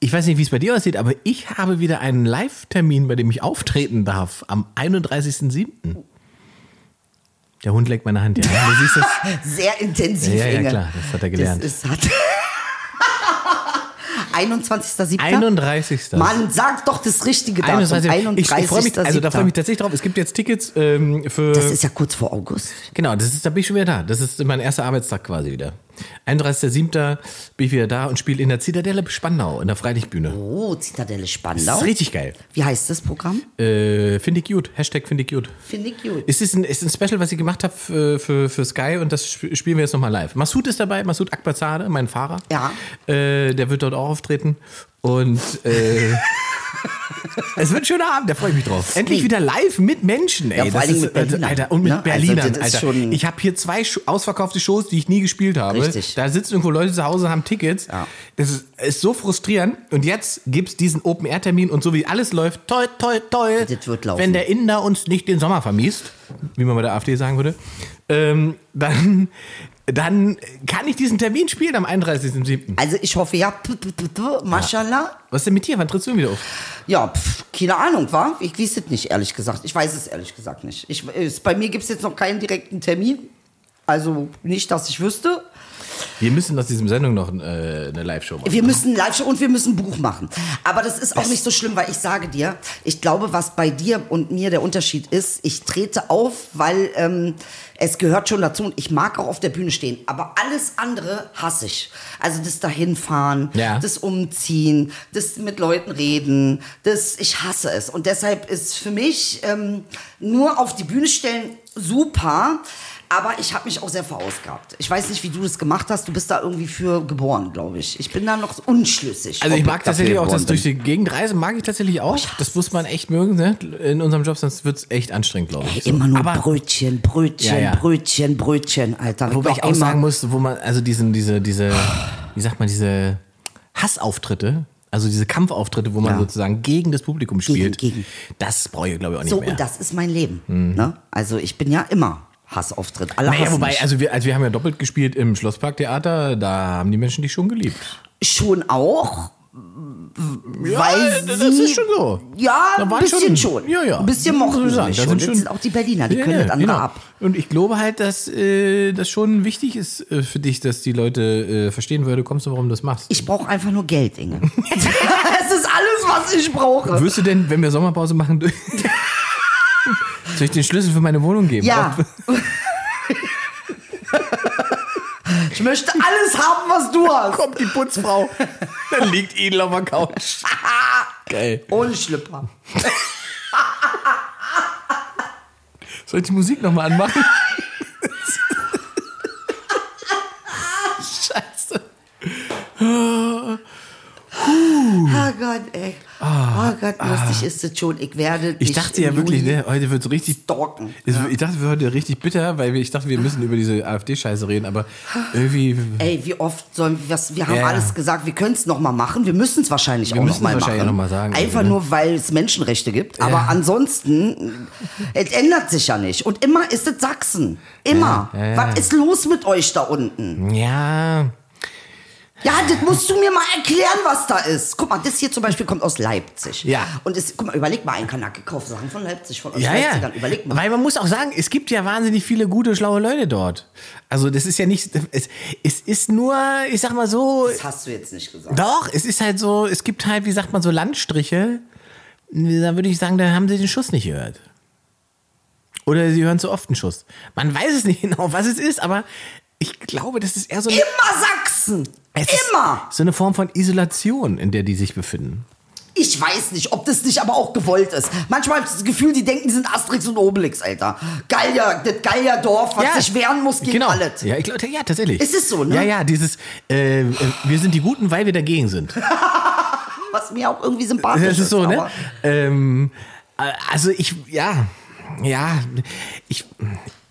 B: ich weiß nicht, wie es bei dir aussieht, aber ich habe wieder einen Live-Termin, bei dem ich auftreten darf, am 31.07. Der Hund leckt meine Hand. Ja, du siehst das.
D: Sehr intensiv,
B: Ja, ja,
D: Inge.
B: klar, das hat er gelernt.
D: Das ist, hat 21.07.
B: 31.
D: Mann, sag doch das richtige Datum.
B: 31.
D: 31.
B: Ich, ich freue mich, also da freue ich mich tatsächlich drauf. Es gibt jetzt Tickets ähm, für.
D: das ist ja kurz vor August.
B: Genau, das ist, da bin ich schon wieder da. Das ist mein erster Arbeitstag quasi wieder. 31.07. bin ich wieder da und spiele in der Zitadelle Spandau, in der Freilichtbühne.
D: Oh, Zitadelle
B: Das
D: Spandau.
B: ist richtig geil.
D: Wie heißt das Programm?
B: Äh, finde ich gut. Hashtag finde ich gut.
D: Finde ich gut.
B: Es ist ein, es ist ein Special, was ich gemacht habe für, für, für Sky und das sp spielen wir jetzt nochmal live. Massoud ist dabei, Massoud Akbazade, mein Fahrer.
D: Ja.
B: Äh, der wird dort auch auftreten. Und äh, es wird ein schöner Abend, da freue ich mich drauf. Endlich wieder live mit Menschen, ey.
D: Ja, vor
B: Das
D: allen Dingen
B: ist,
D: mit Berlinern.
B: Alter, und mit
D: Ne? Also,
B: Berlinern,
D: das ist
B: Alter.
D: schon-
B: ich habe hier zwei Sch- ausverkaufte Shows, die ich nie gespielt habe.
D: Richtig.
B: Da sitzen irgendwo Leute zu Hause, haben Tickets.
D: Ja.
B: Das ist, ist so frustrierend. Und jetzt gibt's diesen Open-Air-Termin und so wie alles läuft, toi, toi, toi.
D: Das wird laufen.
B: Wenn der Inder uns nicht den Sommer vermiest, wie man bei der AfD sagen würde, ähm, dann, dann kann ich diesen Termin spielen am 31.07.
D: Also ich hoffe ja, p- p- p- p- mashallah.
B: Was ist denn mit dir? Wann trittst du denn wieder auf?
D: Ja, pf, keine Ahnung, war? Ich weiß es nicht, ehrlich gesagt. Ich weiß es ehrlich gesagt nicht. Ich, es, bei mir gibt es jetzt noch keinen direkten Termin. Also nicht, dass ich wüsste.
B: Wir müssen aus diesem Sendung noch äh, eine Live-Show machen.
D: Wir müssen live und wir müssen ein Buch machen. Aber das ist auch nicht so schlimm, weil ich sage dir, ich glaube, was bei dir und mir der Unterschied ist, ich trete auf, weil ähm, es gehört schon dazu und ich mag auch auf der Bühne stehen. Aber alles andere hasse ich. Also das Dahinfahren,
B: Ja.
D: das Umziehen, das mit Leuten reden, das ich hasse es. Und deshalb ist für mich ähm, nur auf die Bühne stellen super. Aber ich habe mich auch sehr verausgabt. Ich weiß nicht, wie du das gemacht hast. Du bist da irgendwie für geboren, glaube ich. Ich bin da noch unschlüssig.
B: Also ich
D: ob
B: mag
D: dafür
B: tatsächlich auch
D: geboren
B: das durch
D: bin. Oh,
B: die Gegend reisen, mag ich tatsächlich auch. Das muss man echt mögen, ne? In unserem Job, sonst wird's echt anstrengend, glaube ich. So.
D: Immer nur
B: Aber
D: Brötchen, Brötchen,
B: Ja, ja.
D: Brötchen, Brötchen, Alter.
B: Wobei
D: Doch
B: ich auch
D: immer-
B: sagen muss, wo man, also diesen, diese, diese, wie sagt man, diese Hassauftritte, also diese Kampfauftritte, wo man
D: Ja.
B: sozusagen gegen das Publikum spielt,
D: gegen.
B: das brauche ich, glaube ich, auch nicht
D: So,
B: mehr. Mhm.
D: und das ist mein Leben. Ne? Also ich bin ja immer Hassauftritt. Alle
B: naja,
D: hassen
B: wobei,
D: mich.
B: also wir, also wir haben ja doppelt gespielt im Schlossparktheater, da haben die Menschen dich schon geliebt.
D: schon auch, weil
B: das
D: sie...
B: ist schon so.
D: Ja,
B: Da
D: ein
B: waren
D: bisschen schon.
B: Ja, ja.
D: Ein bisschen
B: Muss
D: mochten
B: ich
D: sie
B: sagen,
D: mich
B: da
D: schon. Jetzt
B: schon- genau.
D: sind auch die Berliner, die können das andere ab.
B: Und ich glaube halt, dass äh, das schon wichtig ist äh, für dich, dass die Leute äh, verstehen würde, kommst du, warum du das machst.
D: Ich brauche einfach nur Geld, Inge. es ist alles, was ich brauche.
B: Wirst du denn, wenn wir Sommerpause machen, soll ich den Schlüssel für meine Wohnung geben?
D: Ja. ich möchte alles haben, was du hast.
B: Kommt die Putzfrau, dann liegt Edel auf der Couch. Geil.
D: Ohne Schlüpper.
B: Soll ich die Musik nochmal anmachen? Scheiße.
D: Oh Gott, ey. Oh Gott, lustig ist das schon. Ich werde
B: Ah, Ich
D: dich
B: dachte ja
D: im
B: wirklich,
D: Juni
B: ne, heute wird es richtig
D: stalken.
B: Es- Ich dachte, wir heute richtig bitter, weil wir- ich dachte, wir müssen über diese AfD-Scheiße reden, aber irgendwie.
D: Ey, wie oft sollen wir was? Wir haben
B: Ja, ja.
D: alles gesagt, wir können es nochmal machen. Wir müssen es wahrscheinlich auch
B: müssen es
D: nochmal machen.
B: wahrscheinlich auch noch mal sagen,
D: Einfach
B: also, ne?
D: nur, weil es Menschenrechte gibt. Aber ansonsten, es ändert sich ja nicht. Und immer ist es Sachsen. Immer.
B: Ja, ja, ja.
D: Was ist los mit euch da unten?
B: Ja.
D: Ja, das musst du mir mal erklären, was da ist. Guck mal, das hier zum Beispiel kommt aus Leipzig.
B: Ja.
D: Und ist, guck mal, überleg mal, ein Kanake kauft Sachen von Leipzig, von euch
B: Ja, ja.
D: Leipzigern. Überleg mal.
B: Weil man muss auch sagen, es gibt ja wahnsinnig viele gute, schlaue Leute dort. Also, das ist ja nicht. Es, es ist nur, ich sag mal so.
D: Das hast du jetzt nicht gesagt.
B: Doch, es ist halt so, es gibt halt, wie sagt man, so Landstriche. Da würde ich sagen, da haben sie den Schuss nicht gehört. Oder sie hören zu oft einen Schuss. Man weiß es nicht genau, was es ist, aber ich glaube, das ist eher so eine,
D: Immer Sachsen!
B: es
D: Immer!
B: Ist so eine Form von Isolation, in der die sich befinden.
D: Ich weiß nicht, ob das nicht aber auch gewollt ist. Manchmal habe ich das Gefühl, die denken, die sind Asterix und Obelix, Alter. Geier, das Geierdorf, was sich wehren muss gegen
B: genau.
D: alles.
B: Ja, ich glaube, ja, tatsächlich.
D: Ist es so, ne?
B: Ja, ja, dieses, äh, äh, wir sind die Guten, weil wir dagegen sind.
D: was mir auch irgendwie sympathisch
B: Das ist so, ne?
D: aber-
B: Ähm, also ich, ja, ja, ich,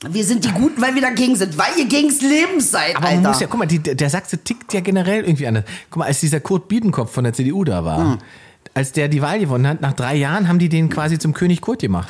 D: Wir sind die Guten, weil wir dagegen sind, weil ihr gegen's Leben seid,
B: aber
D: Alter.
B: man muss ja, guck mal, die, der Sachse tickt ja generell irgendwie anders. Guck mal, als dieser Kurt Biedenkopf von der CDU da war,
D: Hm.
B: als der die Wahl gewonnen hat, nach drei Jahren haben die den quasi zum König Kurt gemacht.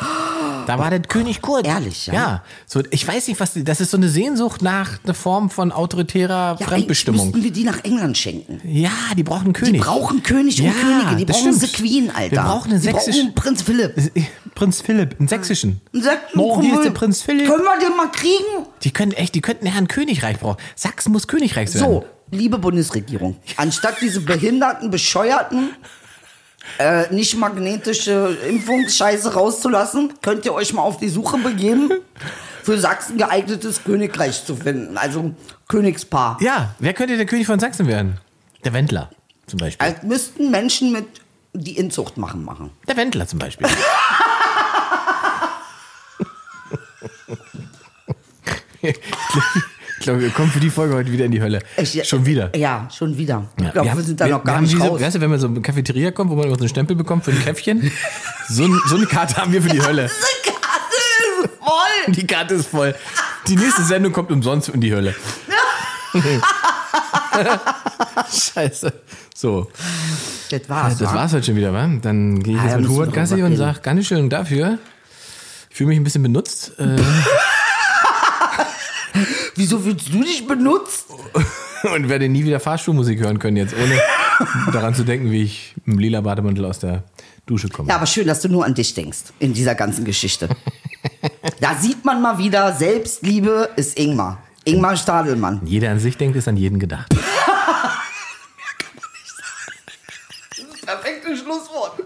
B: Da war der König Kurt.
D: Ehrlich, ja?
B: ja. so, ich weiß nicht, was, die- das ist so eine Sehnsucht nach einer Form von autoritärer
D: Ja, eigentlich
B: Fremdbestimmung.
D: Müssten wir die nach England schenken.
B: Ja, die brauchen einen König.
D: Die brauchen König und
B: Ja,
D: Königin. Die
B: das
D: brauchen
B: stimmt.
D: The Queen, Alter.
B: Wir brauchen einen
D: die brauchen
B: sächsischen-
D: Prinz Philipp.
B: äh, Prinz Philipp, einen sächsischen.
D: Einen sächsischen
B: Morgen hier ist der
D: Krümel.
B: Prinz Philipp.
D: Können wir den mal kriegen?
B: Die können echt, die könnten ja ein Königreich brauchen. Sachsen muss Königreich sein.
D: So, liebe Bundesregierung, anstatt diese behinderten, bescheuerten, äh, nicht magnetische Impfungsscheiße rauszulassen, könnt ihr euch mal auf die Suche begeben, für Sachsen geeignetes Königreich zu finden. Also Königspaar.
B: Ja, wer könnte der König von Sachsen werden? Der Wendler zum Beispiel.
D: Also müssten Menschen mit die Inzucht machen machen.
B: Der Wendler zum Beispiel. ich glaube, wir kommen für die Folge heute wieder in die Hölle.
D: Ich-
B: Schon wieder.
D: Ja, schon wieder.
B: Ja,
D: ich glaube, wir, sind da noch
B: wir
D: gar
B: haben
D: nicht
B: diese,
D: raus.
B: Weißt du, wenn man so in eine Cafeteria kommt, wo man immer so einen Stempel bekommt für ein Käffchen, so, ein- so eine Karte haben wir für die Hölle.
D: Diese Karte ist voll.
B: Die Karte ist voll. Die nächste Sendung kommt umsonst in die Hölle. Scheiße. So,
D: Das war's.
B: das
D: wa?
B: war's heute schon wieder, wa? Dann gehe ich
D: Ah,
B: jetzt
D: da
B: mit
D: müssen wir
B: Hubert Gassi
D: drüber
B: und
D: reden.
B: sage, Dankeschön dafür. Ich fühle mich ein bisschen benutzt. Äh,
D: Wieso willst du dich benutzt?
B: und werde nie wieder Fahrstuhlmusik hören können jetzt, ohne daran zu denken, wie ich im lila Bademantel aus der Dusche komme.
D: Ja, aber schön, dass du nur an dich denkst in dieser ganzen Geschichte. da sieht man mal wieder, Selbstliebe ist Ingmar. Ingmar Stadelmann.
B: Jeder an sich denkt, ist an jeden gedacht.
D: Perfektes Schlusswort.